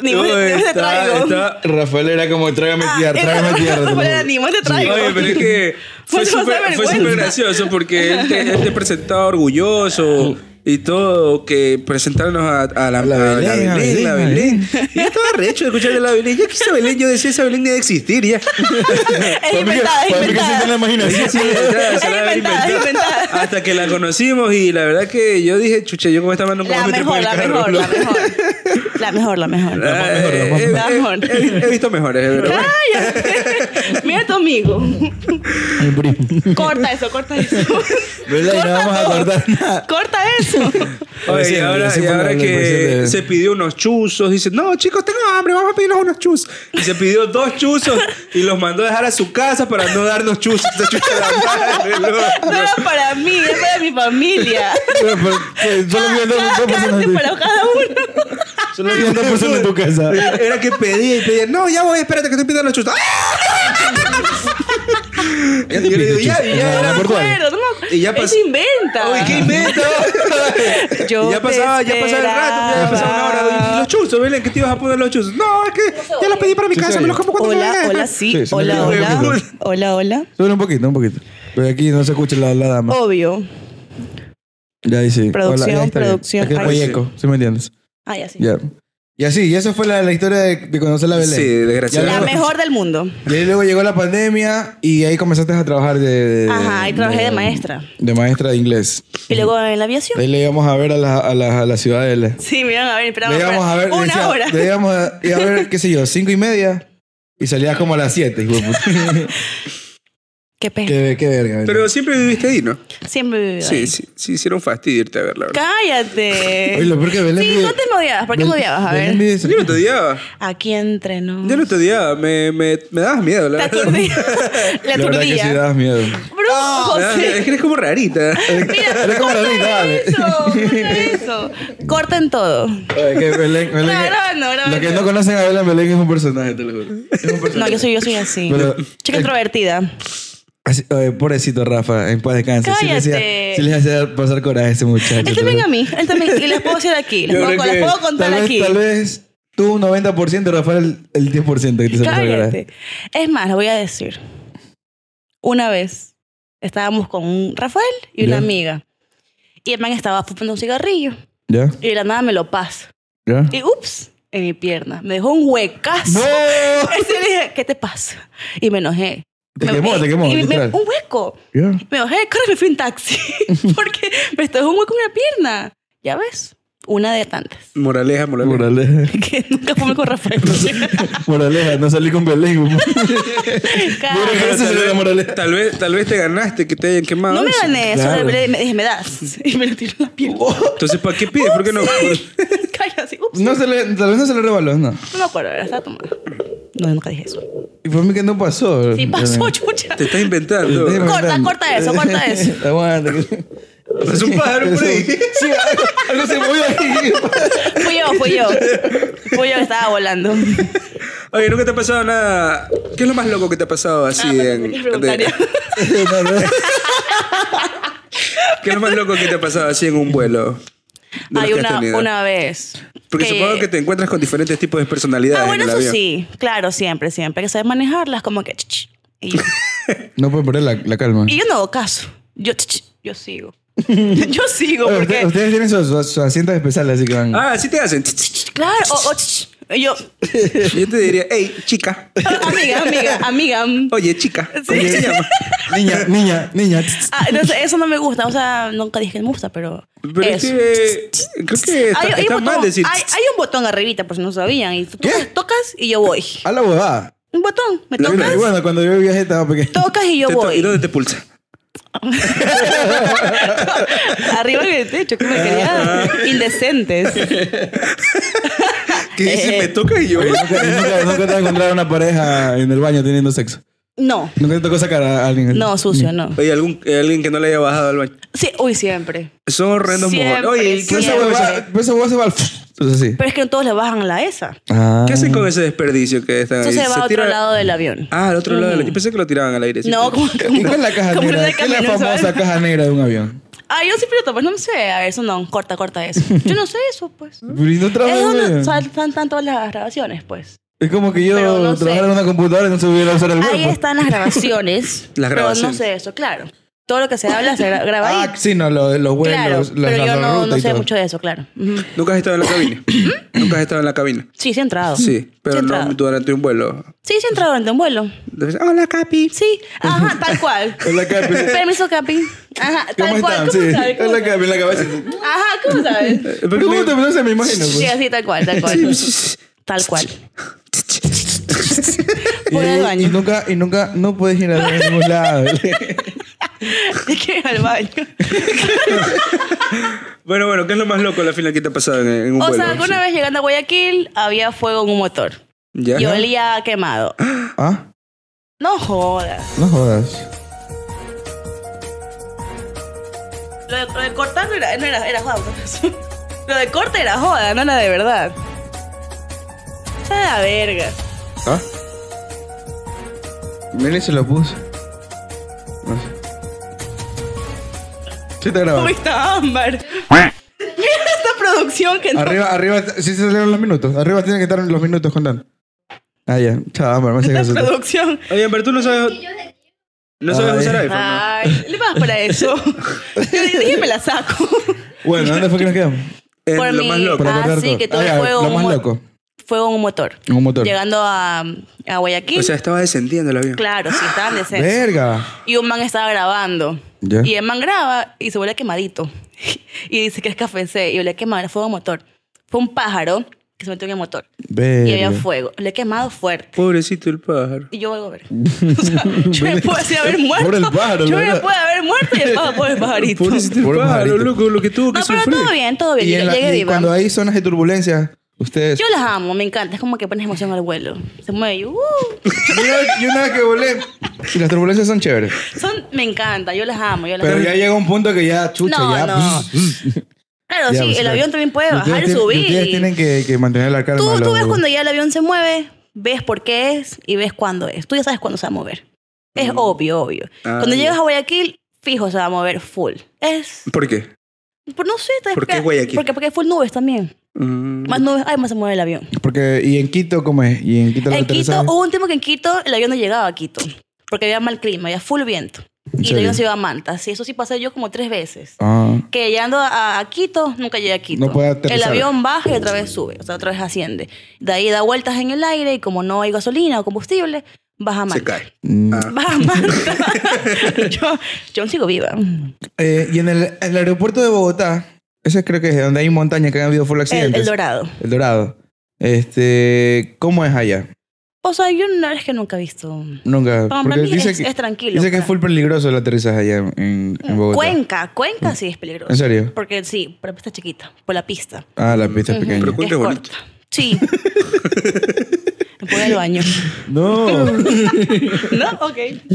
Ni más,
No,
ni más te
está-
traigo. Ah,
está-
Rafael era como, trágame tierra, trágame tierra.
Rafael era, ni más te traigo.
Oye, pero es que fue
Pues, no
súper
da
fue
vergüenza.
súper gracioso porque él te, él te presentaba orgulloso y todo, que presentarnos a, a la,
La
a la
Belén, a
Belén,
Belén, a
la Belén. Y yo estaba recho de escuchar de la Belén. Yo que esa Belén, yo decía, esa Belén ni de existir ya.
Es inventada, es
Para mí que siente la
inventada.
imaginación.
Sí, inventada, se la
inventada,
había
es
inventado.
inventada.
Hasta que la conocimos y la verdad que yo dije, chucha, yo como esta mano nunca
La
me trepo
mejor,
en el
la
carro,
mejor,
¿no?
la mejor. La mejor, la mejor.
Ah,
mejor, la más
eh,
mejor.
eh,
La mejor.
he- He visto mejores, de verdad.
Cállate. Mira a tu amigo. Corta eso, corta eso.
¿Verdad? Y no vamos a
todo.
cortar nada.
Corta eso.
Oye,
Sí,
y ahora,
sí
y
fue
ahora
la- la
que
impresión de-
se pidió unos chuzos, dice, no, chicos, tengo hambre, vamos a pedirnos unos chuzos. Y se pidió dos chuzos y los mandó a dejar a su casa para no darnos chuzos. Esa chucha de la madre,
No
loco.
era para mí, es para mi familia.
Pero, pero, que Solo viven dos
Cada
dos personas
carne
en tu-
para cada uno.
solo viven dos personas en tu casa.
Era que pedía y pedía, no, ya voy, espérate que estoy pidiendo los chuzos. Y yo le digo, ya, ya,
No,
era-
no, por-
Acuerdo, no me acu-
Y ya
Él
pas-
se inventa.
Uy, qué invento.
Yo
Y ya
te
pasaba, ya pasaba el rato, ya pasaba una hora.
esperaba.
Y los chuzos, Belén, ¿qué te ibas a poner los chuzos? No, es que ya los pedí para mi
Sí,
casa,
sí.
me los como cuando
Hola,
me-
hola, sí.
Sí, se me
hola,
olvidó.
hola. Hola, hola.
Solo un poquito, un poquito. Pero aquí no se escucha la, la dama.
Obvio.
Ya dice.
Producción,
ya está bien.
producción.
Aquí
Ay,
hay
sí.
eco, ¿sí me entiendes?
Ah, ya sí.
Ya. Y así, y eso fue la, la historia de, de conocer la Belén.
Sí, desgraciado.
Ya
La
luego-
mejor del mundo.
Y ahí luego llegó la pandemia y ahí comenzaste a trabajar de... de-
Ajá, ahí trabajé de maestra.
De maestra de inglés.
Y luego en la aviación.
Ahí le íbamos a ver a las a las- a las ciudadelas.
Sí, me iban a ver, esperaba
Le íbamos a ver...
una
decía-
hora.
Le íbamos a, y a ver, qué sé yo, cinco y media. Y salías como a las siete. hijo de puta.
Qué pena.
Qué, qué verga. ¿verdad?
Pero siempre viviste ahí, ¿no?
Siempre he vivido
Sí,
ahí.
sí, sí hicieron fastidio irte a ver, la verdad.
Cállate.
Oye, lo peor que Belén
Sí,
vive-
no te me odiabas. ¿Por qué me
Bel-
odiabas? A
Belén
ver.
vive
Yo no te
cerquita.
odiaba.
Aquí entrenó.
Yo no te odiaba. Me, me, me dabas miedo, la
La
verdad.
aturdía. La
La verdad que sí
aturdía.
dabas miedo.
Bro,
Me dabas-
José.
Es que eres como rarita.
Mira,
Era como la
corta
vida, dale.
eso, corta eso. Corten todo.
Oye, que Belén, Belén,
Grabando, grabando.
Lo que no conocen a Belén, Belén es un personaje, te lo juro. Es un personaje.
No, yo soy, yo soy así.
Pero-
Chica introvertida.
Así- oye, pobrecito Rafa, en paz descanse. Sí le hacía-
Cállate. Este
Sí les hacía pasar coraje a ese muchacho.
Él
te lo
también
juro.
a mí, él también. Y les puedo decir aquí, les
Yo
puedo,
creo
les
que
puedo contar
Tal
aquí.
vez, tal vez tú un 90%, Rafael el 10% que te salió
Cállate. Es más, lo voy a decir. Una vez estábamos con un Rafael y una
Ya.
amiga. Y el man estaba fumando un cigarrillo.
¿Ya?
Y de la nada me lo pasa.
¿Ya?
Y ups, en mi pierna. Me dejó un huecazo.
¡No!
Y le dije, ¿qué te pasa? Y me enojé.
Te
Me-
quemó, te quemó,
y me-
literal.
un hueco.
¿Ya?
Me bajé de carro y me fui en taxi. Porque me estoy un hueco en la pierna. Ya ves, una de tantas.
Moraleja, moraleja.
Moraleja.
Que nunca fumé con Rafael.
Moraleja, no salí con Belén.
Cada-
Mira,
Pero
Esa
tal,
sería la
vez,
moraleja.
tal, vez, tal vez te ganaste que te hayan quemado.
No me
eso.
gané eso.
Claro.
le- Me dije, me das. Y me lo tiró en la pierna.
Entonces, ¿para qué pides? Oh. ¿Por qué no?
Calla así. Ups.
No se le, tal vez no se le rebaló, no.
No me acuerdo, era estaba tomando. No, nunca dije eso.
Y fue a mí que no pasó.
Sí pasó, chucha.
Te estás inventando.
Estoy
Corta,
inventando.
corta eso, corta eso.
Aguanta. que-
Es un pájaro por ahí.
Sí, algo, algo se movió ahí.
Fui yo, fui yo. Fui yo que estaba volando.
Oye, nunca te ha pasado nada. ¿Qué es lo más loco que te ha pasado así
Ah,
en.
pensé que preguntaría.
de- ¿Qué es lo más loco que te ha pasado así en un vuelo? De los
Hay
que has
una,
tenido?
una vez.
Porque supongo que te encuentras con diferentes tipos de personalidades
Ah, bueno,
en el
eso
avión.
sí. Claro, siempre, siempre. Que sabes manejarlas como que... ch, ch. Y,
No pueden perder la, la calma.
y yo no hago caso. Yo, ch, ch, yo sigo. Yo sigo
Oye, ustedes,
porque...
ustedes tienen sus, sus- sus asientos especiales, así que van.
Ah, sí te hacen.
Claro, o, o, ch, ch. yo...
Yo te diría, hey, chica.
Amiga, amiga, amiga.
Oye, chica.
Sí.
¿Cómo se llama?
Niña, niña, niña.
Ah, entonces, eso no me gusta. O sea, nunca dije que me gusta, pero...
Pero es
eso.
que. Creo que está,
hay, hay
está
un
mal
botón,
decir.
hay- hay un botón arribita, por si no sabían. Y tú
¿Qué?
tocas, tocas y yo voy.
A la huevada.
Un botón, me
La
tocas,
Y bueno, cuando yo viajé estaba pequeño.
tocas y yo
Te to-
voy.
¿Y dónde te pulsa?
Arriba en el techo, que me
Ah.
quería indecentes.
¿Qué dices?
Eh.
Me toca y yo.
Y Nunca, y nunca, nunca te has encontrado una pareja en el baño teniendo sexo.
No,
Nunca te tocó sacar a alguien.
no, sucio, no.
Oye, algún, alguien que no le haya bajado al baño.
Sí, uy, siempre.
Son horrendos
Siempre,
mojones. Oye, ¿y ¿qué,
Pero esa
hacen con
huevada,
esa-
pero esa huevada se va al. Entonces así.
Pero es que no todos le bajan la esa.
Ah.
qué hacen con ese desperdicio que están ahí?
Eso se va a otro
tira-
lado del avión.
Ah, al otro lado. del- Yo pensé que lo tiraban al aire. sí.
No, como
¿Y cuál es la caja
como
negra?
de
¿Qué es la
camino,
famosa
¿sabes?
caja negra de un avión?
Ah, yo soy piloto, pues no sé. A ver, eso no, corta, corta eso. Yo no sé eso, pues. Es
Pero ¿y no trabajas en un
donde
avión?
sal- están tanto las grabaciones, pues.
Es como que yo
Pero no sé.
trabajara en una computadora y no supiera usar el
Ahí
cuerpo.
están las grabaciones. Pero
Las
no
grabaciones.
sé eso, claro. Todo lo que se habla se gra- graba ahí.
Ah, sí, no, lo de los
claro,
vuelos, la-
pero
la- la
yo no,
ruta
no
y
sé
todo.
mucho de eso, claro. Ujú.
¿Nunca has estado en la cabina? ¿Nunca has estado en la cabina?
Sí, sí he entrado.
Sí,
sí he
pero
entrado.
no durante un vuelo.
Sí, sí he entrado durante un vuelo.
Entonces, Hola, Capi.
Sí, ajá, tal cual.
Hola, Capi.
Permiso, Capi.
¿Cómo
Ajá, tal
están?
cual. ¿Cómo
Sí.
sabes? ¿Cómo
Hola,
sabes?
Capi, en la cabeza.
Ajá, ¿cómo sabes?
Eh, porque
Pregúntame, no se me imagino.
Sí,
Pues.
así, tal cual, tal cual. Tal cual. Por el
Y, y
baño.
nunca, y nunca, no puedes ir a ningún lado.
Es que al baño.
Bueno, bueno, ¿qué es lo más loco a la final que te ha pasado en, en un
O
vuelo?
sea, que una vez llegando a Guayaquil había fuego en un motor.
¿Ya?
Y olía a quemado.
ah,
No jodas.
no jodas.
Lo de, lo de cortar no era, no era, era joda. Lo de corte era joda, no era de verdad. Está de la verga.
¿Ah? Mele se lo puso. No sé. Sí está
¿Cómo
Ah.
grabando.
está Ámbar? Mira esta producción que no.
Arriba, arriba, sí se salieron los minutos. Arriba tienen que estar los minutos contando. Ah, ya. Chao, amor, me hace
esta
caso.
producción.
Oye, pero tú no sabes... No sabes
Ay.
usar iPhone, ¿no?
Ay, le vas para eso. Yo dije, dije, me la saco.
Bueno, ¿dónde fue que nos quedamos?
En
Por
lo
mi-
más loco.
Para
Ah,
cortar
sí, que todo
Ah, ya,
fue
Lo
un
más
mo-
loco.
Fuego en un motor.
Un motor.
Llegando a, a Guayaquil.
O sea, estaba descendiendo el avión.
claro, sí, estaban decentes.
Verga.
Y un man estaba grabando.
¡Ah! Ya.
Y el man graba y se vuelve quemadito. y dice que es café C y huele a quemar fuego a motor. Fue un pájaro que que se metió en el motor.
Verga.
Y había fuego. Le he quemado fuerte.
Pobrecito el pájaro.
Y yo vuelvo a ver. O sea, yo me puedo así haber muerto.
Pobre el pájaro,
yo
la
me
verdad.
puedo haber muerto y el pájaro, pobre pajarito.
Pobrecito el
Pobre
pájaro,
pajarito.
loco, lo que tuvo que
No, pero
sufrir.
todo bien, todo bien.
Y,
Yo
en la-
llegué
y
viva.
cuando hay zonas de turbulencia, ustedes.
Yo las amo, me encanta. Es como que pones emoción al vuelo. Se mueve y uh.
Yo una, vez- yo una vez que volé. Y las turbulencias son chéveres.
Son, me encanta, yo las amo. Yo las
Pero
amo.
ya llega un punto que ya chucha,
No,
ya.
no. Claro,
Ya,
sí,
pues,
el
claro.
avión también puede
Ustedes
bajar y
tienen-
subir.
Ustedes tienen que, que mantener la calma.
Tú, tú
loco.
ves cuando ya el avión se mueve, ves por qué es y ves cuándo es. Tú ya sabes cuándo se va a mover. Es
Mm.
obvio, obvio.
Ah,
cuando
ya.
llegas a Guayaquil, fijo, se va a mover full. Es.
¿Por qué?
por- No sé, tal
¿Por qué
vez-
Guayaquil?
Porque, porque hay full nubes también.
Mm.
Más nubes hay, más se mueve el avión.
Porque, ¿y en Quito cómo es? ¿Y en Quito los
En Quito, uh.
aterrizajes?
hubo un tiempo que en Quito el avión no llegaba a Quito. Porque había mal clima, había full viento. Y el
serio?
avión se iba a Mantas. Y eso sí pasé yo como tres veces.
Ah.
que llegando a, a Quito, nunca llegué a Quito.
No puede
el
aterrizar.
avión baja y otra vez sube, o sea, otra vez asciende. De ahí da vueltas en el aire y como no hay gasolina o combustible, baja a
Se
Manta.
cae.
Mm.
Ah.
Baja a Manta. yo, yo aún sigo viva.
Eh, y en el, el aeropuerto de Bogotá, ese creo que es donde hay montañas que han habido full
El,
accidentes.
el Dorado.
El Dorado. Este, ¿cómo es allá?
O sea, yo no es que nunca he visto...
Nunca.
No,
porque
para mí
dice
es,
que,
es tranquilo.
dice que es
para-
full
Mm.
peligroso el aterrizaje allá en- en, en Bogotá.
Cuenca, Cuenca sí es peligroso.
¿En serio?
Porque sí, por la pista chiquita, por la pista.
Ah, la pista es
Ujú.
pequeña.
Pero Cuenca es bonito.
corta. Sí. Me voy al baño.
No,
¿No? Ok.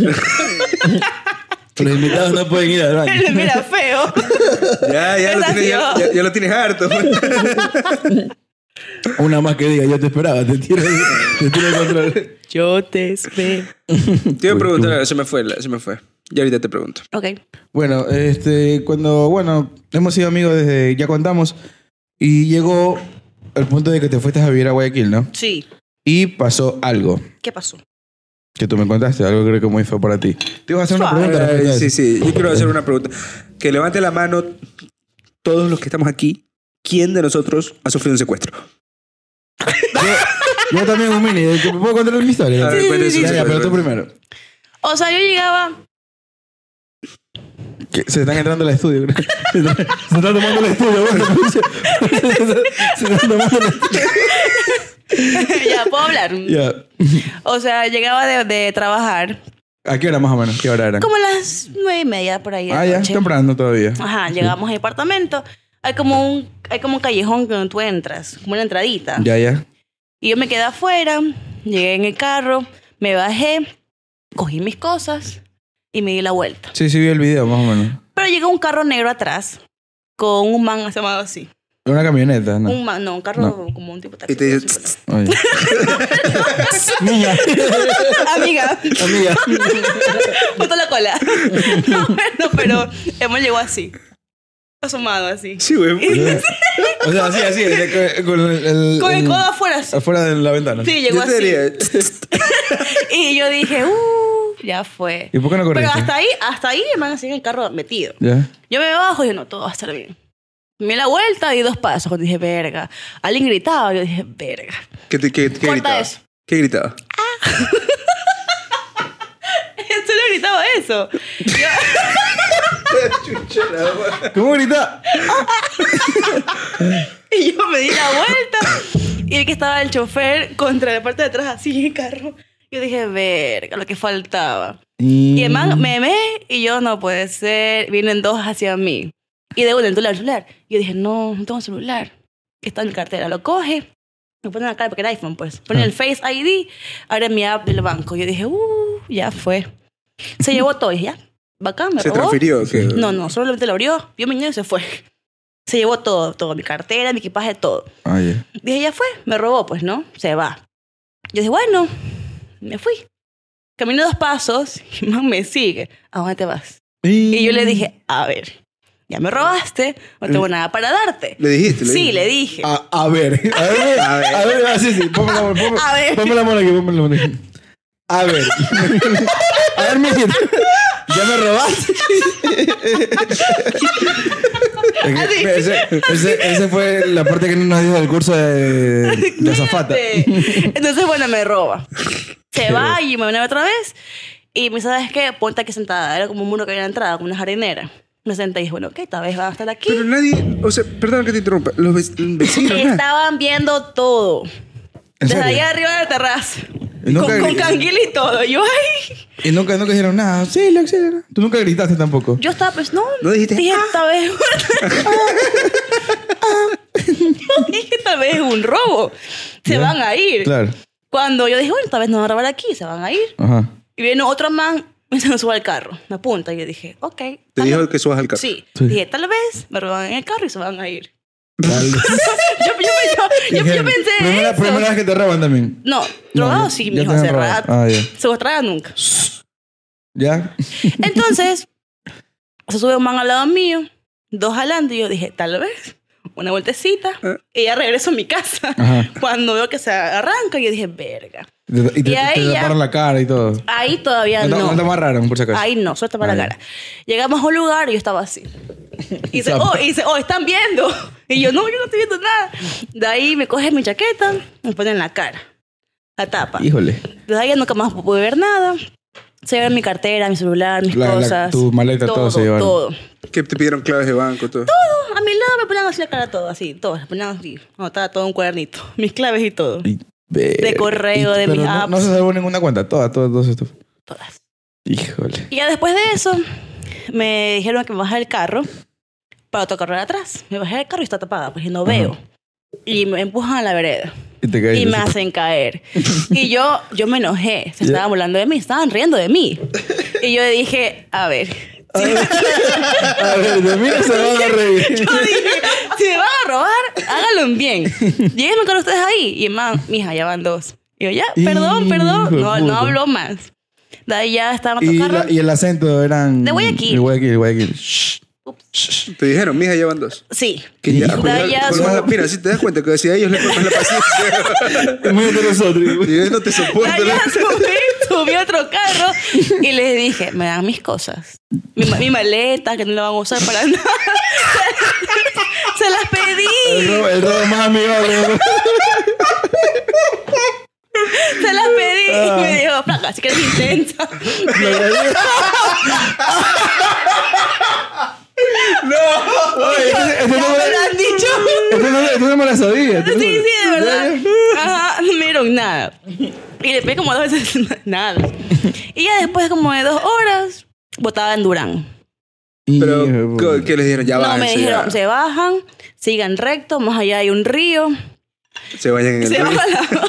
los invitados no pueden ir al baño.
Él mira feo.
Ya, ya, lo
Gracias.
tienes, ya, ya- ya lo tienes harto.
Una más que diga, yo te esperaba, te tiro, te tiro el control.
Yo te espero.
Te iba a preguntar, se me fue, la- se me fue. Y ahorita te pregunto.
Ok.
Bueno, este, cuando, bueno, hemos sido amigos desde, ya contamos, y llegó el punto de que te fuiste a vivir a Guayaquil, ¿no?
Sí.
Y pasó algo
¿Qué pasó?
que tú me contaste, algo creo que muy feo para ti. Te ibas a hacer una
Suave.
pregunta.
Ay,
respecto a
sí,
eso.
sí. Yo quiero hacer una pregunta. Que levante la mano todos los que estamos aquí. ¿Quién de nosotros ha sufrido un secuestro?
Yo también un mini, ¿te ¿puedo contar mi historia?
A ver, cuéntese un
Ya, ya, pero
secuestro.
tú primero.
O sea, yo llegaba.
Que se están entrando al estudio, creo. Se están, se están tomando el estudio, bueno. Se, se están tomando el estudio.
ya puedo hablar.
Ya.
O sea, llegaba de, de trabajar
¿A qué hora más o menos? ¿Qué hora eran?
como a las nueve y media por ahí. de
Ah, ya,
noche.
temprano todavía.
Ajá, llegamos al apartamento. Hay como un, hay como un callejón que tú entras, como una entradita.
Ya, ya.
Y yo me quedé afuera, llegué en el carro, me bajé, cogí mis cosas y me di la vuelta.
Sí, sí, vi el video, más o menos.
Pero llegó un carro negro atrás con un man llamado así.
Una camioneta, ¿no?
Un man, no, un carro
No.
como un tipo taxi.
Y te
así, pero-
dice,
Oye. Niña,
Amiga,
amiga.
botó la cola. No, bueno, pero hemos llegado así. Asomado así.
sí, güey.
O sea, así, así, de- con el, el-
Con el
el-
codo afuera así.
afuera de la ventana.
Sí, llegó
Yo te
así.
diría,
Y yo dije, uh, ya fue.
¿Y por qué no
Pero
corriste?
hasta ahí, hasta ahí me van a seguir en el carro metido.
Ya.
Yo me bajo y yo, no, todo va a estar bien. Me di la vuelta y dos pasos. Cuando dije, verga. Alguien gritaba, yo dije, verga.
¿Qué, te- qué- qué
Corta
gritaba?
eso.
¿Qué gritaba?
¿En serio gritaba eso?
¿Cómo grita?
Y yo me di la vuelta y el que estaba el chofer contra la parte de atrás así en el carro. Yo dije, verga, lo que faltaba. Y el
mm.
man me ve y yo, no puede ser. Vienen dos hacia mí. Y de una, el celular, el celular. Yo dije, no, no tengo celular. Está en mi cartera. Lo coge, me pone en la cara porque era iPhone, pues.
Ah.
Pone el Face ID, abre mi app del banco. Yo dije, uh, ya fue. Se llevó todo. Dije, ya, bacán, me
¿Se
robó.
transfirió? ¿Qué?
No, no, solamente lo abrió, vio mi niño y se fue. Se llevó todo, todo, mi cartera, mi equipaje, todo.
Oye.
Dije, ya fue, me robó, pues, ¿no? Se va. Yo dije, bueno, me fui. Caminé dos pasos y man me sigue. ¿A dónde te vas? Y yo le dije, a ver, ya me robaste, no tengo nada para darte.
Mm. ¿Le dijiste?
Sí,
dijiste?
le
Ah,
dije.
A, a ver, a ver, a ver, a ver, así, sí, ponme la mano, ponme,
A ver.
ponme la mano aquí, ponme la mano aquí. A ver, a ver, mijito, ya me robaste.
Así.
Ese, ese, ese fue la parte que no nos dijo del curso de, de azafata.
Cállate. Entonces, bueno, me roba. Se va y me viene otra vez. Y me dice, ¿sabes qué? Ponte aquí sentada. Era como un muro que había en la entrada, como una jardinera. Me senté y dije, bueno, ok, tal vez van a estar aquí.
Pero nadie, o sea, perdón que te interrumpa, los ve- vecinos,
Y
nada.
estaban viendo todo.
¿En
Desde
serio?
ahí arriba de la terraza.
Y nunca-
Con, con canguil y todo. Yo, ay.
Y nunca, nunca dijeron nada. Sí, lo auxilio. Tú nunca gritaste tampoco.
Yo estaba, pues, no.
¿No dijiste,
Dije,
ah?
tal vez. Ah. yo dije, tal vez es un robo. Se
¿Ya?
van a ir.
Claro.
Cuando yo dije, bueno, tal vez nos van a robar aquí, se van a ir.
Ajá.
Y viene otro man y se me sube al carro, me apunta. Y yo dije, ok.
Te
tal
dijo
vez-
que subas al carro.
Sí.
Sí.
Dije, tal vez me roban en el carro y se van a ir.
Tal vez.
Yo, yo- yo- yo- yo
Dijeron,
pensé
primera,
eso.
primera vez que te roban también.
No,
No,
drogado
ya-
sí,
ya
mijo,
te han
hace
robado.
rato.
Ah, ya.
Secuestrada nunca.
¿Ya?
Entonces, se sube un man al lado mío, dos adelante, y yo dije, tal vez, una vueltecita, y ya regreso a mi casa.
Ajá.
Cuando veo que se arranca, yo dije, verga.
Y te, y te,
Y ahí
te
ya.
taparon la cara y todo.
Ahí todavía
No, te-
no.
no te amarraron, por si acaso.
Ahí no, suelta para la
pues. Ahí.
cara. Llegamos a un lugar y yo estaba así. Y dice,
Zapa.
oh, y dice, oh, están viendo. Y yo, no, yo no estoy viendo nada. De ahí me coge mi chaqueta, me pone en la cara. La tapa.
Híjole.
De ahí ya nunca más pude ver nada. Se llevaron mi cartera, mi celular, mis
La- la-
cosas.
tu maleta, todo se llevaron.
Todo.
Que te pidieron claves de banco, todo.
A mi lado me ponían así la cara todo, así, todo. Me ponían así. Anotaba todo en un cuadernito. Mis claves y todo.
Y- ver-
correo, de
pero
mis
no,
apps.
No se salvó ninguna cuenta. Todas, todas, todas esto.
Todas.
Híjole.
Y ya después de eso, me dijeron que me bajara el carro para tocar atrás. Me bajé del carro y está tapada, pues y no veo. Y me empujan a la vereda
Y te caíste.
y me
así.
hacen caer. Y yo, yo me enojé.
Ya.
Se estaban burlando de mí, estaban riendo de mí. Y yo dije, a ver,
A ver, de mí no se van a reír.
Yo dije, si me van a robar, háganlo bien. Llévenme con ustedes ahí. Y man, mija, ya van dos. Y yo, ya, perdón,
Hijo de
perdón. No, no
puta.
hablo más. De ahí ya estaban
Y,
tocando.
la- y el acento eran.
De Guayaquil.
De Guayaquil, de Guayaquil.
Te dijeron, mija, ya van dos.
Sí.
Que
Hijo
ya,
de
pues,
puta.
ya- pues, más- mira, si te das cuenta que si a ellos les pones la paciencia,
Es muy de nosotros.
yo no te
Ya,
soporto.
ya subí, subí a otro carro y les dije, me dan mis cosas. Mi, ma- mi maleta, que no la van a usar para nada. Se las
El
pedí,
robo, el robo más amigable.
se las pedí.
Ah.
Y me dijo, flaca, si quieres intenta.
no. Oye, este, este no
Ya
me,
me lo han dicho.
este no- este no me la sabía.
Sí, sí, de verdad. Ajá, no me dieron nada. Y después como dos veces, nada. Y ya después como de dos horas, botaba en Durán.
Pero, ¿qué-
que
¿qué les dijeron? Ya
No,
van.
me dijeron, se bajan, sigan recto, más allá hay un río.
se vayan en el
se
río.
baja la-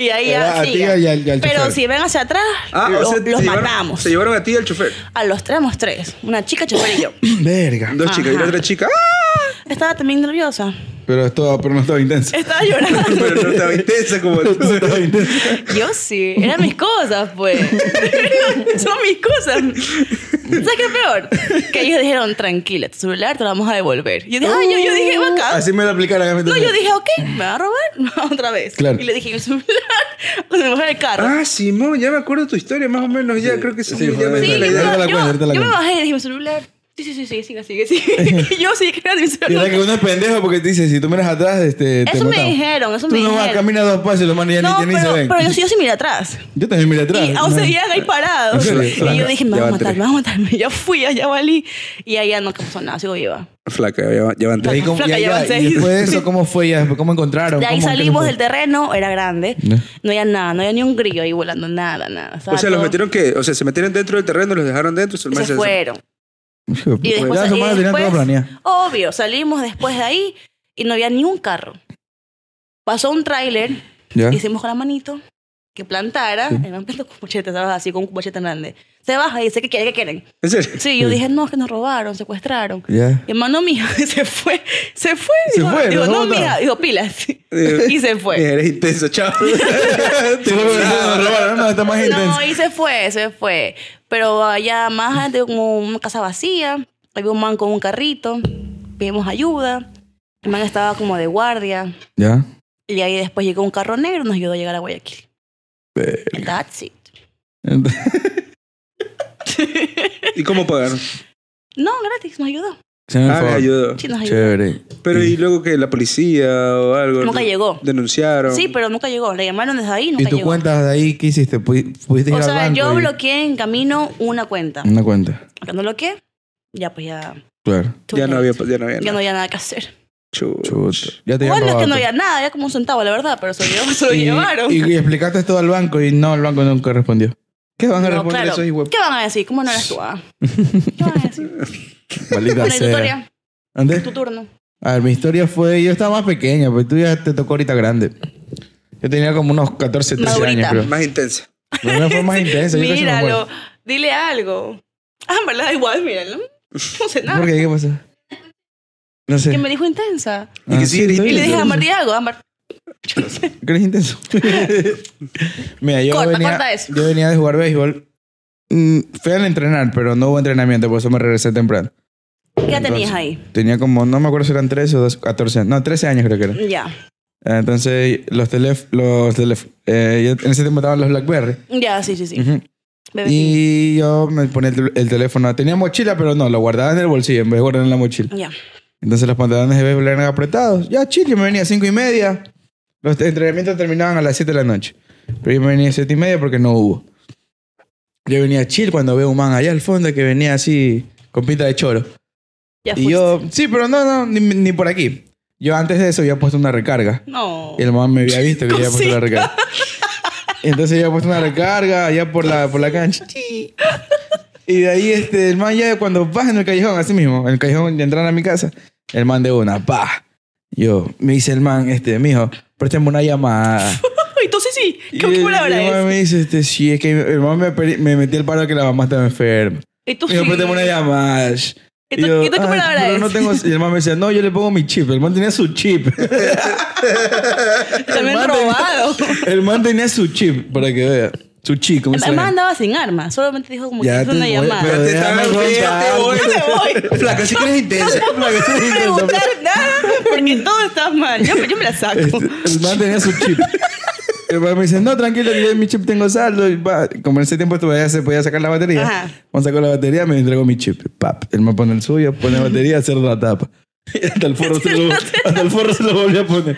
y ahí
Se
ya
baja a ti
siga.
y al- y al
pero
chofer.
si ven hacia atrás
Ah,
los,
o sea,
los
se llevaron-
matamos
Se llevaron a ti y al chofer.
a los tramos tres una chica chofer y yo
Verga.
Dos chicas y la
Ajá.
otra chica. ¡ah!
estaba también nerviosa
Pero, es todo, pero no estaba intenso.
estaba llorando
Pero no estaba intensa como tú.
No estaba intenso.
yo sí eran mis cosas pues son mis cosas ¿sabes qué es peor? que ellos dijeron tranquila tu celular te lo vamos a devolver yo dije ay yo, yo dije bacán
Uh, Así me lo aplicaron. a mí
Ah. no
también.
yo dije ok me va a robar otra vez
Claro.
y le dije mi celular cuando me bajé del carro
Ah, Simón, ya me acuerdo tu historia, más o menos. Ya creo que sí.
sí,
ya me
joder.
dio
Sí,
la
yo,
idea.
me,
Ahorita la
yo-
cuento, ahorita la
yo me
cuento.
bajé y dije mi celular. Sí, sí, sí, sí, sigue, sigue, sigue. y yo sí que era mi
Y era
celular.
que uno es pendejo porque te dice, si tú miras atrás, este, te
Eso me
matamos.
dijeron, eso
Tú
me
no vas,
dijeron.
camina dos pasos y los manes ya
No,
ni, ni se
pero,
ven.
pero yo, sí- yo sí miré atrás.
Yo también miré atrás.
Y aún
No.
seguían ahí parados.
En
Y
serio.
yo dije, me
Ya
van a
van
matar,
tres.
me van a matar. Ya fui, allá valí. Y allá no pasó nada, sigo viva.
Flaca, ya van- ya van
Y, ahí,
tres.
como-
Flaca,
y,
ya
ahí-
van
y
seis.
después de eso, ¿cómo fue ya? ¿Cómo encontraron?
De ahí
¿Cómo- qué
salimos
fue?
del terreno, era grande.
Ya.
No había nada, no había ni un grillo ahí volando, nada, nada.
O sea, los
todo-
metieron que, o sea, se metieron dentro del terreno, los dejaron dentro,
y
man
Se fueron.
Hijo de puta.
Y después,
Pues Ya, su
y
madre tenía todo
después-
planeado.
Obvio, salimos después de ahí y no había ni un carro. Pasó un tráiler
¿Ya?
Hicimos con la manito que plantara.
Sí.
El man plantó con bochete, ¿sabes? Así, con un bochete grande. Se baja y dice, ¿qué quieren? ¿Qué quieren?
¿En serio?
Sí, yo
Sí.
dije, no, que nos robaron, secuestraron.
Ya.
Y hermano mija, se fue, se fue.
Se
dijo,
fue,
dijo,
nos
no,
botaron".
mija, dijo, pilas.
Eh,
y se fue.
Mira, Eres intenso, chao.
Sí, luego dice, "No, robaron, no, está más intenso.
No, y se fue, se fue. Pero allá más adelante, como una casa vacía, había un man con un carrito, pedimos ayuda. El man estaba como de guardia.
Ya.
Y ahí después llegó un carro negro y nos ayudó a llegar a Guayaquil. And That's it.
¿Y cómo pagaron?
No, gratis, nos ayudó.
Se me
Ah, les ayudó.
Sí, nos ayudó.
Chévere.
Pero y luego que la policía o algo.
Nunca llegó.
Denunciaron.
Sí, pero nunca llegó. Le llamaron desde ahí,
¿Y
nunca
tu
llegó.
cuenta de ahí qué hiciste? ¿Pudi- ¿Pudiste ir
o
al
sea,
banco
yo
y- Mm.
bloqueé en camino una cuenta.
Una cuenta.
Acá no bloqueé. ya pues ya.
Claro.
too
Ya no
late.
había, ya no
Ya
había
no
nada.
había nada que hacer.
Chu.
Chuta. Ya te
Bueno, es que no
robaste.
había nada, había como un centavo, la verdad, pero se lo, llevó- se lo
Y-
llevaron.
Y, y explicaste todo al banco y no, el banco nunca respondió. ¿Qué van a
No,
responder
claro.
esos hijos?
¿Qué van a decir? ¿Cómo no eres tú? ah? ¿Qué van a decir?
Maldita
Bueno, y tu
sea.
historia,
¿Antes?
tu turno.
A ver, mi historia fue... Yo estaba más pequeña, pero tú ya te tocó ahorita grande. Yo tenía como unos 14, 13 años,
Madurita.
creo.
Más intensa.
La mía fue más intensa. Yo casi me
Míralo,
muero.
dile algo. Ah, en verdad, igual, míralo. No sé nada.
¿Por qué? ¿Qué pasó? No sé. Ah,
Que me dijo intensa.
Y que sí,
estoy
Y le dije
intenso.
a Ámbar, di algo, Ámbar.
¿Qué eres intenso? Mira, yo,
Corta,
venía,
corta eso.
yo venía de jugar béisbol. Mm, Fui al entrenar, pero no hubo entrenamiento, por eso me regresé temprano.
¿Qué edad
Entonces,
tenías ahí?
Tenía como, no me acuerdo si eran 13 o 12, 14, no, 13 años creo que era.
Ya,
Entonces, los teléfonos, los telef- eh, yo- en ese tiempo estaban los Blackberry.
ya, sí, sí, sí.
Ujú.
Bebé.
Y yo me ponía el, tel- el teléfono, tenía mochila, pero no, lo guardaba en el bolsillo en vez de guardarlo en la mochila.
Ya.
Entonces los pantalones de béisbol eran apretados. Ya, chill, yo me venía a 5 y media. Los te- entrenamientos terminaban a las 7 de la noche. Pero yo me venía a 7 y media porque no hubo. Yo venía chill cuando veo un man allá al fondo que venía así con pinta de choro.
Ya
Y
fuiste.
yo, sí, pero no, no, ni, ni por aquí. Yo antes de eso había puesto una recarga.
No.
Y el man me había visto que yo había puesto la
Cosita.
recarga. Y entonces yo había puesto una recarga allá por la, por la cancha. Y de ahí este, el man ya cuando vas en el callejón, así mismo, en el callejón de entrar a mi casa, el man de una, pa. Yo, me dice el man, este, mijo, préstame una llamada.
Y tú sí, sí.
Y
¿Qué
el-
cómo la
el man
verdad es?
me dice, este, sí, es que el man me, peri- me metí el paro que la mamá estaba enferma.
Y tú
Me dijo, préstame una llamada.
¿Y tú- y tú
"Ay,
cómo la
pero
agradeces?"
no tengo... Y el man me decía, no, yo le pongo mi chip. El man tenía su chip.
Te
El
lo han
man tenía-
robado.
El man tenía su chip, para que vea. Su chip, ¿cómo se
El man
llama?
andaba sin arma, solamente dijo como que
Ya
hizo
te
una
voy,
llamada.
pero Ah,
Pero te
déjame
estaba-
contar.
ya te
Yo me voy.
Flaca, sí que eres intensa. Flaca, sí
No
que eres intensa.
preguntar nada, porque todo está mal. Yo, yo me la saco.
Este, el man tenía su chip. El man me dice, no, tranquilo, que yo en mi chip tengo saldo. Y va, como en ese tiempo todavía se podía sacar la batería.
Ajá.
Man sacó la batería, me entregó mi chip. Pap, el man pone el suyo, pone la batería, cerró la tapa. Y hasta el forro se lo, hasta el forro se lo volvió a poner.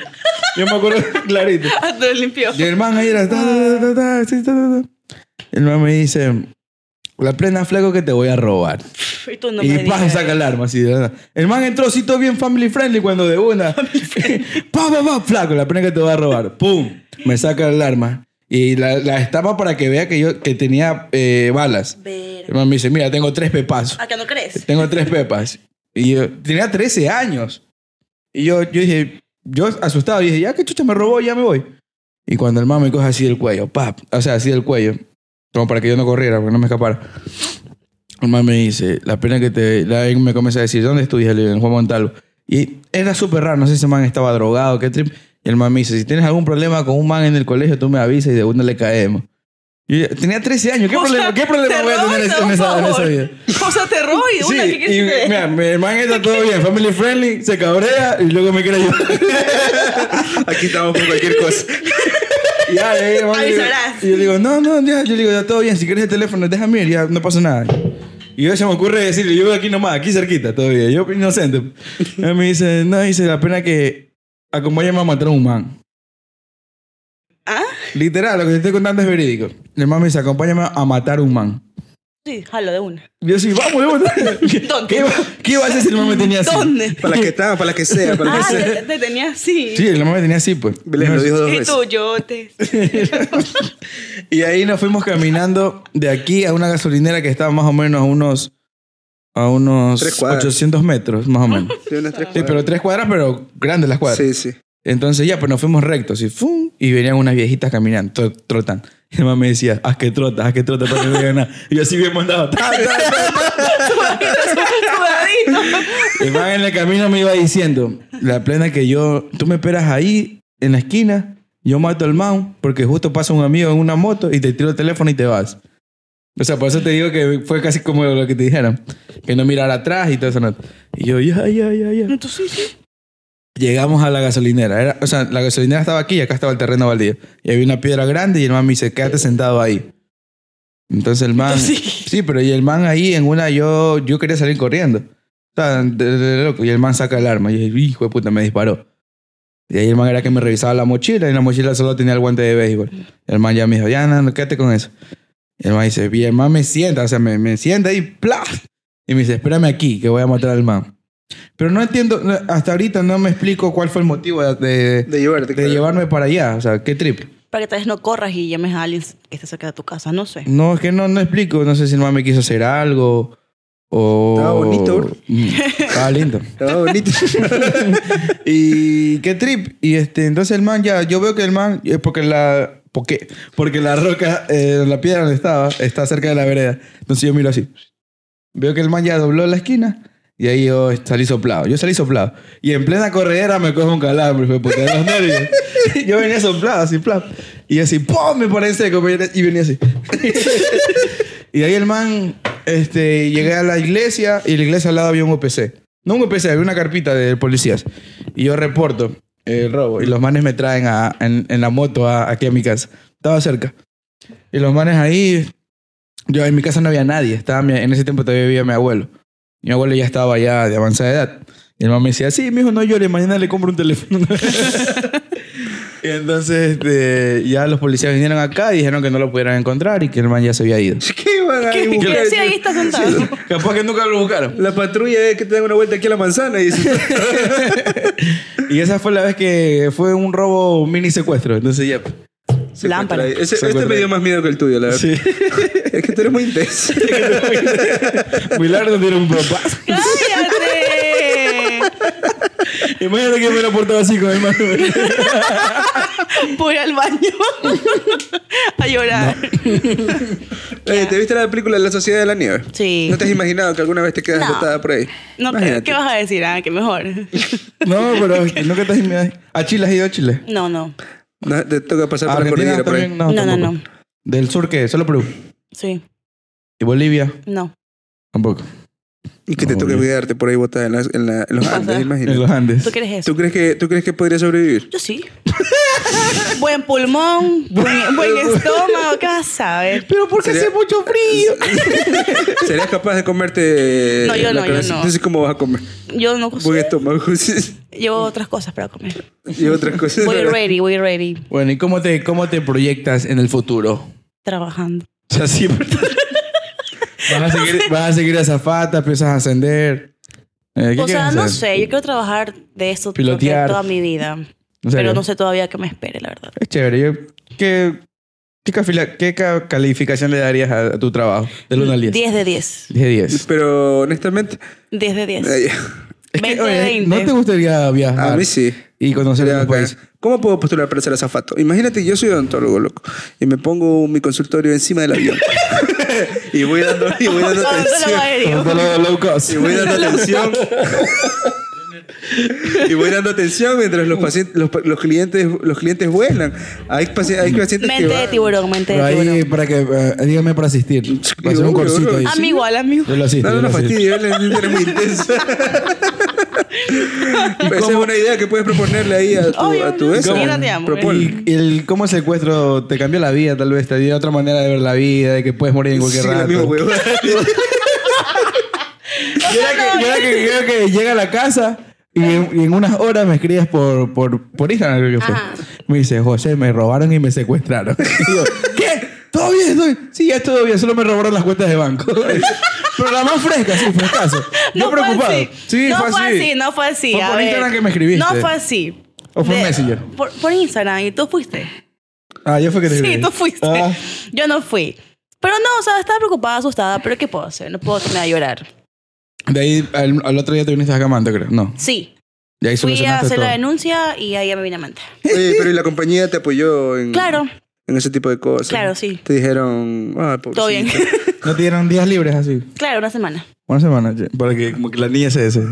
Yo me acuerdo clarito.
Ah, te lo limpió.
Y el man ahí era. ta, ta, ta, ta, sí, ta, ta, ta. El man me dice, la plena flaco que te voy a robar.
Y tú no
y
me
pa,
digas.
saca el arma así de la nada. El man entró así todo bien family friendly cuando de una. pa, pa, pa, flaco, la pena que te va a robar. Pum, me saca el arma. Y la, la estaba para que vea que yo que tenía eh, balas. El
Verga.
man me dice, mira, tengo tres pepazos.
¿A que no crees?
Tengo tres pepas. Y yo tenía 13 años. Y yo, yo dije, yo asustado, dije, ya que chucha me robó, ya me voy. Y cuando el man me coge así del cuello, pap, o sea, así del cuello, como para que yo no corriera, porque no me escapara. El man me dice, la pena que te. La, él me comienza a decir, ¿dónde estuviste? Le digo, en Juan Montalvo. Y era súper raro, no sé si ese man estaba drogado, qué trip. Y el man me dice, si tienes algún problema con un man en el colegio, tú me avisas y de una le caemos. Y yo, tenía 13 años, ¿qué
O sea,
problema, ¿qué problema
te
voy a tener en
roban,
esa- en
por
esa- en esa
favor.
vida?
O sea, te robo y una
Sí,
que quieres
y,
que te-
mira, mi hermano está todo bien, family friendly, se cabrea y luego me quiere ayudar.
Aquí estamos por cualquier cosa.
y ya, ya, ya, mami,
Avisarás.
Y yo le digo, no, no, ya, yo le digo, ya todo bien, si quieres el teléfono, déjame ir, ya no pasa nada. Y yo se me ocurre decirle, yo vivo aquí nomás, aquí cerquita todavía, yo inocente. Y me dice, no, dice, la pena que acompáñame a matar a un man.
¿Ah?
Literal, lo que te estoy contando es verídico. El hermano me dice, acompáñame a matar a un man.
Sí, jalo de una.
Y yo sí, vamos, vamos. ¿Qué, iba- ¿Qué iba a hacer si el hermano me tenía así?
¿Dónde?
Para la que está, para la que sea, para la que
Ah,
sea.
te, te tenía así.
Sí, el hermano me tenía así, pues.
Belén lo dijo dos
Y
veces.
tú, yo te.
Y ahí nos fuimos caminando de aquí a una gasolinera que estaba más o menos a unos, a unos
Tres cuadras.
800 metros, más o menos.
Sí, unas tres
Sí, pero tres cuadras, pero grandes las cuadras.
Sí, sí.
Entonces ya, pues nos fuimos rectos y ¡fum! Y venían unas viejitas caminando, tro- trotan. Y además me decía, haz que trota, haz que trota para que no digan nada. Y yo así bien mandado.
Ah,
ta, ta, ta, ta.
Sudadito.
El man en el camino me iba diciendo, la plena que yo, tú me esperas ahí, en la esquina, yo mato al man, porque justo pasa un amigo en una moto y te tiro el teléfono y te vas. O sea, por eso te digo que fue casi como lo que te dijeron, que no mirar atrás y todo eso. ¿no? Y yo, ya, ya, ya, ya.
Tú sí, sí.
Llegamos a la gasolinera. Era, o sea, la gasolinera estaba aquí y acá estaba el terreno baldío. Y había una piedra grande y el man me dice, quédate sentado ahí. Entonces el man...
Entonces, sí.
sí, pero y el man ahí en una yo, yo quería salir corriendo. O sea, de- de- de loco. Y el man saca el arma. Y dije, hijo de puta, me disparó. Y ahí el man era que me revisaba la mochila y en la mochila solo tenía el guante de béisbol. Y el man ya me dijo, ya, no, no, quédate con eso. Y el man dice, y el man me sienta, o sea, me, me sienta y ¡plá! Y me dice, espérame aquí, que voy a matar al man. Pero no entiendo, no- hasta ahorita no me explico cuál fue el motivo de, de-
De llevarte.
de llevarme para allá. O sea, qué trip.
Para que tal vez no corras y llames a alguien que esté cerca de tu casa, no sé.
No, es que no, no explico. No sé si el man me quiso hacer algo o...
Estaba bonito.
Mm, Estaba lindo.
Estaba bonito.
Y qué trip. Y este, entonces el man ya, yo veo que el man, eh, porque la, porque, porque la roca, eh, la piedra donde estaba, está cerca de la vereda. Entonces yo miro así. Veo que el man ya dobló la esquina y ahí yo salí soplado. Yo salí soplado. Y en plena corredera me cojo un calambre, fue porque de los nervios. Yo venía soplado, así, plap. Y así, ¡pum! Me paré en seco. me viene- Y venía así. Y ahí el man, este, llegué a la iglesia y en la iglesia al lado había un OPC. No un OPC, había una carpita de policías. Y yo reporto el robo y los manes me traen a- en, en la moto a- aquí a mi casa. Estaba cerca. Y los manes ahí, yo en mi casa no había nadie. Estaba mi- en ese tiempo todavía vivía mi abuelo. Mi abuelo ya estaba ya de avanzada edad. Y el man me decía, sí, mijo, no llore, mañana le compro un teléfono. y entonces este, ya los policías vinieron acá y dijeron que no lo pudieran encontrar y que el man ya se había ido.
¿Qué van a ir a buscar?
Sí, ahí está sentado.
Capaz que nunca lo buscaron.
La patrulla es que te dan una vuelta aquí a la manzana y dices,
Y esa fue la vez que fue un robo mini secuestro. Entonces ya.
Se
Lámpara.
encuentra ahí. Ese-
Se
este
encuentra
me dio
ahí.
más miedo que el tuyo, la verdad.
Sí.
Es que tú eres muy intenso.
Milardo tiene un papá.
¡Cállate!
Imagínate que me hubiera portado así con el mano.
Voy al baño a llorar.
Oye, ¿te viste la película La Sociedad de la Nieve?
Sí.
¿No te has imaginado que alguna vez te quedas
No.
botada por ahí?
No,
Imagínate.
¿qué vas a decir? Ah, que mejor.
No, pero nunca te has imaginado. ¿A Chile has ido a Chile?
No, no.
No, te toca pasar
¿A
por la
Argentina
cordillera por ahí.
también?
No, no,
tampoco.
no.
¿Del sur qué? ¿Solo Perú?
Sí,
¿Y Bolivia?
no.
Tampoco.
Y que te
No,
toca
Dios.
quedarte por ahí botada en, las- en la- en los
Pasa.
Andes,
En
imagínate.
los Andes.
¿Tú quieres eso?
¿Tú crees que, ¿Tú crees que podrías sobrevivir?
Yo sí. buen pulmón, buen, buen estómago, ¿qué vas a saber?
Pero porque
Sería-
mucho frío.
¿Serías capaz de comerte?
No, yo
la
no, yo
cabeza?
no.
Entonces, ¿cómo vas a comer?
Yo no
Buen estómago
llevo otras cosas para comer.
y otras cosas.
Voy ready, voy ready,
Bueno, ¿y cómo te, cómo te proyectas en el futuro? O
trabajando.
sea, siempre. vas, a seguir, vas a seguir azafata, empiezas a ascender. Eh, ¿qué
o
quieres
sea, no
hacer?
sé, yo quiero trabajar de eso creo que
Pilotear.
toda mi vida.
¿En serio?
Pero no sé todavía qué me espere, la verdad.
Es chévere. Yo- ¿qué, qué, cafila- qué ca- calificación le darías a, a tu trabajo? Del 1 al 10. 10
10 de 10.
de 10.
Pero honestamente,
10 de 10.
ay,
Es
20
que,
de
oye,
20.
¿no te gustaría viajar
a mí sí.
y conocer
Sería
otro
bacán.
país?
¿Cómo puedo postular para ser azafato? Imagínate, yo soy odontólogo, loco, y me pongo mi consultorio encima del avión. y voy dando, y voy dando
Odontólogo
atención.
aéreo.
Odontólogo low
Y
cost.
voy dando atención. Y voy dando atención mientras los, pacientes, los, pa- los clientes, los clientes vuelan. Hay, paci- hay pacientes que
Mente de
van-
tiburón, mente
Pero
de
ahí,
tiburón.
para que, eh, dígame para asistir. Para hacer un
Seguro,
corsito ahí.
bro.
A mí igual, a mí
pues, Yo
igual.
lo asisto.
No,
yo lo
no, no
asisto.
fastidio, él es muy intensa. Esa es una idea que puedes proponerle ahí a tu,
Obvio,
a tu
no,
esa.
señora, te amo,
Propon-
Y el, ¿Cómo el secuestro te cambió la vida, tal vez? Te dio otra manera de ver la vida, de que puedes morir en cualquier
Sí, la
rato.
misma huevada.
Yo era que, yo era que creo que llega a la casa y en, y en unas horas me escribes por, por, por Instagram, creo que fue.
Ajá.
Me dice, José, me robaron y me secuestraron. Y yo, ¿qué? ¿Todo bien? ¿Todo bien?". Sí, ya es todo bien, solo me robaron las cuentas de banco. Pero la más fresca, sí, fue caso. Yo
fue
preocupado.
así.
Sí,
no
fue así.
no fue así.
Fue
a
por
ver.
Instagram que me escribiste.
No fue así.
¿O fue
De-
Messenger?
Por, por Instagram, y tú fuiste.
Ah, yo fue que te
Sí,
escribí.
tú fuiste.
Ah,
Yo no fui. Pero no, o sea, estaba preocupada, asustada, pero ¿qué puedo hacer? No puedo terminar de llorar.
de ahí al, al otro día te viniste a Camanto, creo. No.
Sí,
De ahí
fui a
solucionaste
hacer
todo.
la denuncia y ahí ya me vine a mentir.
Oye, pero y la compañía te apoyó en,
Claro,
Mm,
en ese tipo de cosas.
Claro, sí.
Te dijeron, ah,
todo bien.
pobrecito".
¿No te dieron días libres así?
claro, una semana.
Una semana, che, para que como que la niña se des- se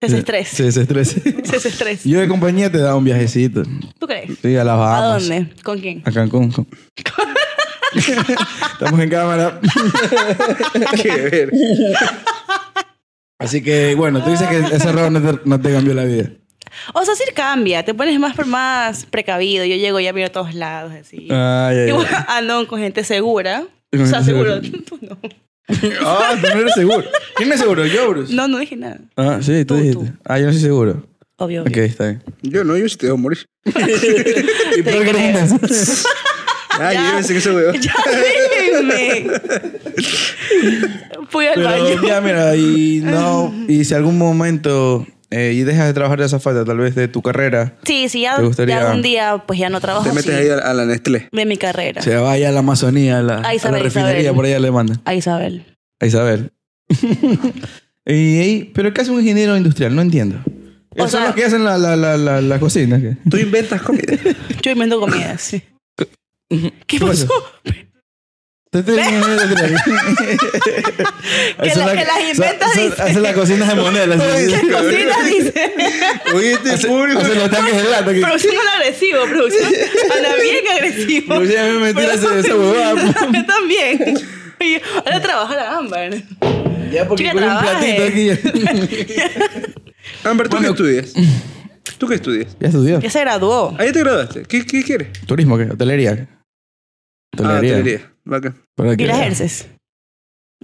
Desestrés.
desestrese.
Desestrés.
Yo de compañía te daba un viajecito.
¿Tú crees?
Sí, a las
¿A
Bahamas.
dónde? ¿Con quién?
A Cancún. Estamos en cámara.
Qué ver.
Así que, bueno, tú dices que ese error no te, no te cambió la vida.
O sea, sí cambia, te pones más, más precavido. Yo llego y ya miro a todos lados, así.
Ay, ay,
Igual
ay.
ando con gente segura.
Ah, eh. Con
O sea,
gente
seguro.
segura.
Tú no.
Ah, tú no eres seguro. ¿Quién no es seguro? ¿Yo, Bruce?
No, no dije nada.
Ah, sí, tú,
Tú,
dijiste.
tú.
Ah, yo no soy seguro.
Obvio.
Ok,
obvio.
está bien.
Yo no, yo sí te dejo morir.
¿Y tú
creo.
gritas?
Ay,
Ya.
yo pensé que ese huevón.
Ya, sí, men. Fui al baño.
Pero ya, mira, y no, y si algún momento eh, y dejas de trabajar de azafata, tal vez de tu carrera,
Sí, sí, ya,
¿Te gustaría-
ya un día, pues ya no trabajo
Te metes
así
ahí a, a la Nestlé.
de mi carrera.
se vaya a la Amazonía, a la,
A
a la
Isabel,
refinería,
Isabel.
por allá le mandan.
A Isabel.
A Isabel. y, ahí- pero ¿qué hace un ingeniero industrial? No entiendo.
O
Esos son
sea-
los que hacen la, la, la, la, la cocina. ¿qué?
Tú inventas comida.
Yo invento comida, sí. ¿Qué pasó?
Tú tienes un ingeniero industrial.
Que
Hacen
la- que las inventas,
hacen-
dice.
Hacen las cocinas de monedas.
¿Qué cocina dice?
Oye, este público.
Hacen los tanques de lata. que-
Producción al agresivo, producción. Anda bien agresivo.
Producción a mí me tira esa- esa huevada.
Yo también. Oye, Ahora trabaja la ámbar.
Ya porque
Chica,
con un
trabaje.
platito aquí.
Amber, ¿tú qué estudias? ¿Tú qué estudias?
Ya estudió.
Ya se graduó.
Ahí te graduaste. ¿Qué, qué quieres?
Turismo, ¿qué? Hotelería.
Ah,
Hotelería.
hotelería. Bacán.
¿Para qué?
¿Y la ejerces?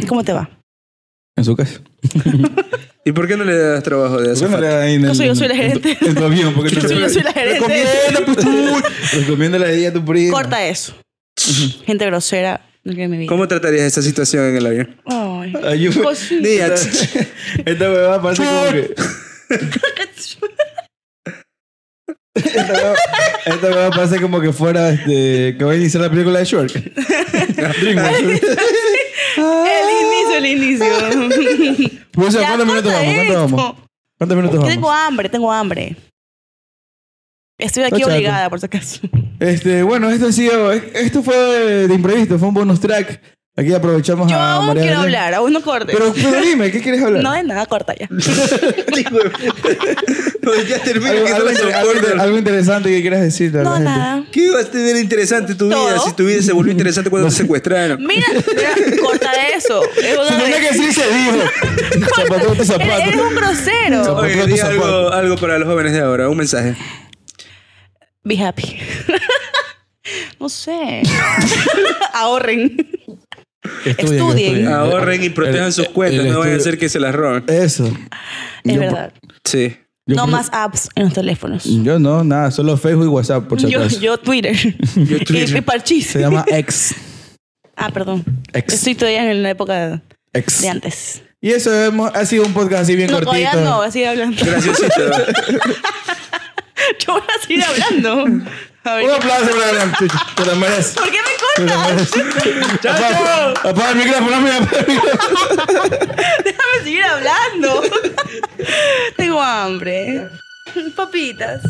¿Cómo te va?
En su casa.
¿Y por qué no le das trabajo de azafata?
Yo soy- yo soy la gerente.
En tu avión, porque
Yo
te
soy, yo soy la gerente.
Recomienda, pues, tú.
Recomiendo la idea a tu primo.
Corta eso. Gente grosera. No quiero mi vida.
¿Cómo tratarías esa situación en el avión?
Ay.
Ayúdame.
Cosita.
Niña,
Esta huevada parece como que. Esta huevada, esta huevada parece como que fuera este, que voy a iniciar la película de Shark. DreamWorks.
El inicio, el inicio.
Pues,
Ya,
¿Cuántos minutos vamos? ¿Cuántos
corta esto.
vamos? ¿Cuántos minutos
Yo tengo
vamos?
hambre, tengo hambre. Estoy aquí
Está chato.
obligada, por si acaso.
Este, bueno, esto ha sido. Esto fue de imprevisto, fue un bonus track. Aquí aprovechamos
Yo
a
aún
Ah, María
quiero
Belén.
hablar, aún no cortes.
Pero, pero dime, ¿qué quieres hablar?
no de nada, corta ya.
Pues ya termina
algo,
que
algo
no
inter-
se
algo inter-
acuerda.
algo interesante que quieras decir. a la
No,
gente.
nada.
¿Qué ibas a tener interesante tu vida
Todo.
si tu vida se volvió interesante cuando te secuestraron?
Mira, mira, corta eso. Es
Se
una
tenía que decir se dijo. Zapatero tu
Eres-
zapato.
Eres un grosero.
Oye,
Zapatos,
di algo,
zapatos.
algo para los jóvenes de ahora, un mensaje.
Be happy. no sé. Ahorren. Estudien, estudien.
Ahorren y protejan
El-
sus cuentas,
el
no vayan a
estudio-
hacer que se las roben.
Eso.
Es
Yo-
verdad.
Sí.
yo
no
por-
más apps en los teléfonos.
Yo no, nada, solo Facebook y WhatsApp, por si
Yo,
acaso.
yo Twitter.
Yo Twitter.
Y, y parchís.
Se llama X.
Ah, perdón.
Ex.
Estoy todavía en la época
X.
de antes.
Y eso hemos- ha sido un podcast así bien
No, todavía
cortito.
no, así hablando.
Graciosito.
Yo voy a seguir hablando. A ver,
Un
¿qué-
aplauso para Gran Chucho. Te lo mereces.
¿Por qué
Te
me
lo
cortas?
mereces. Apaga apaga el micrófono, mira, apaga el micrófono.
Déjame seguir hablando. Tengo hambre. Papitas.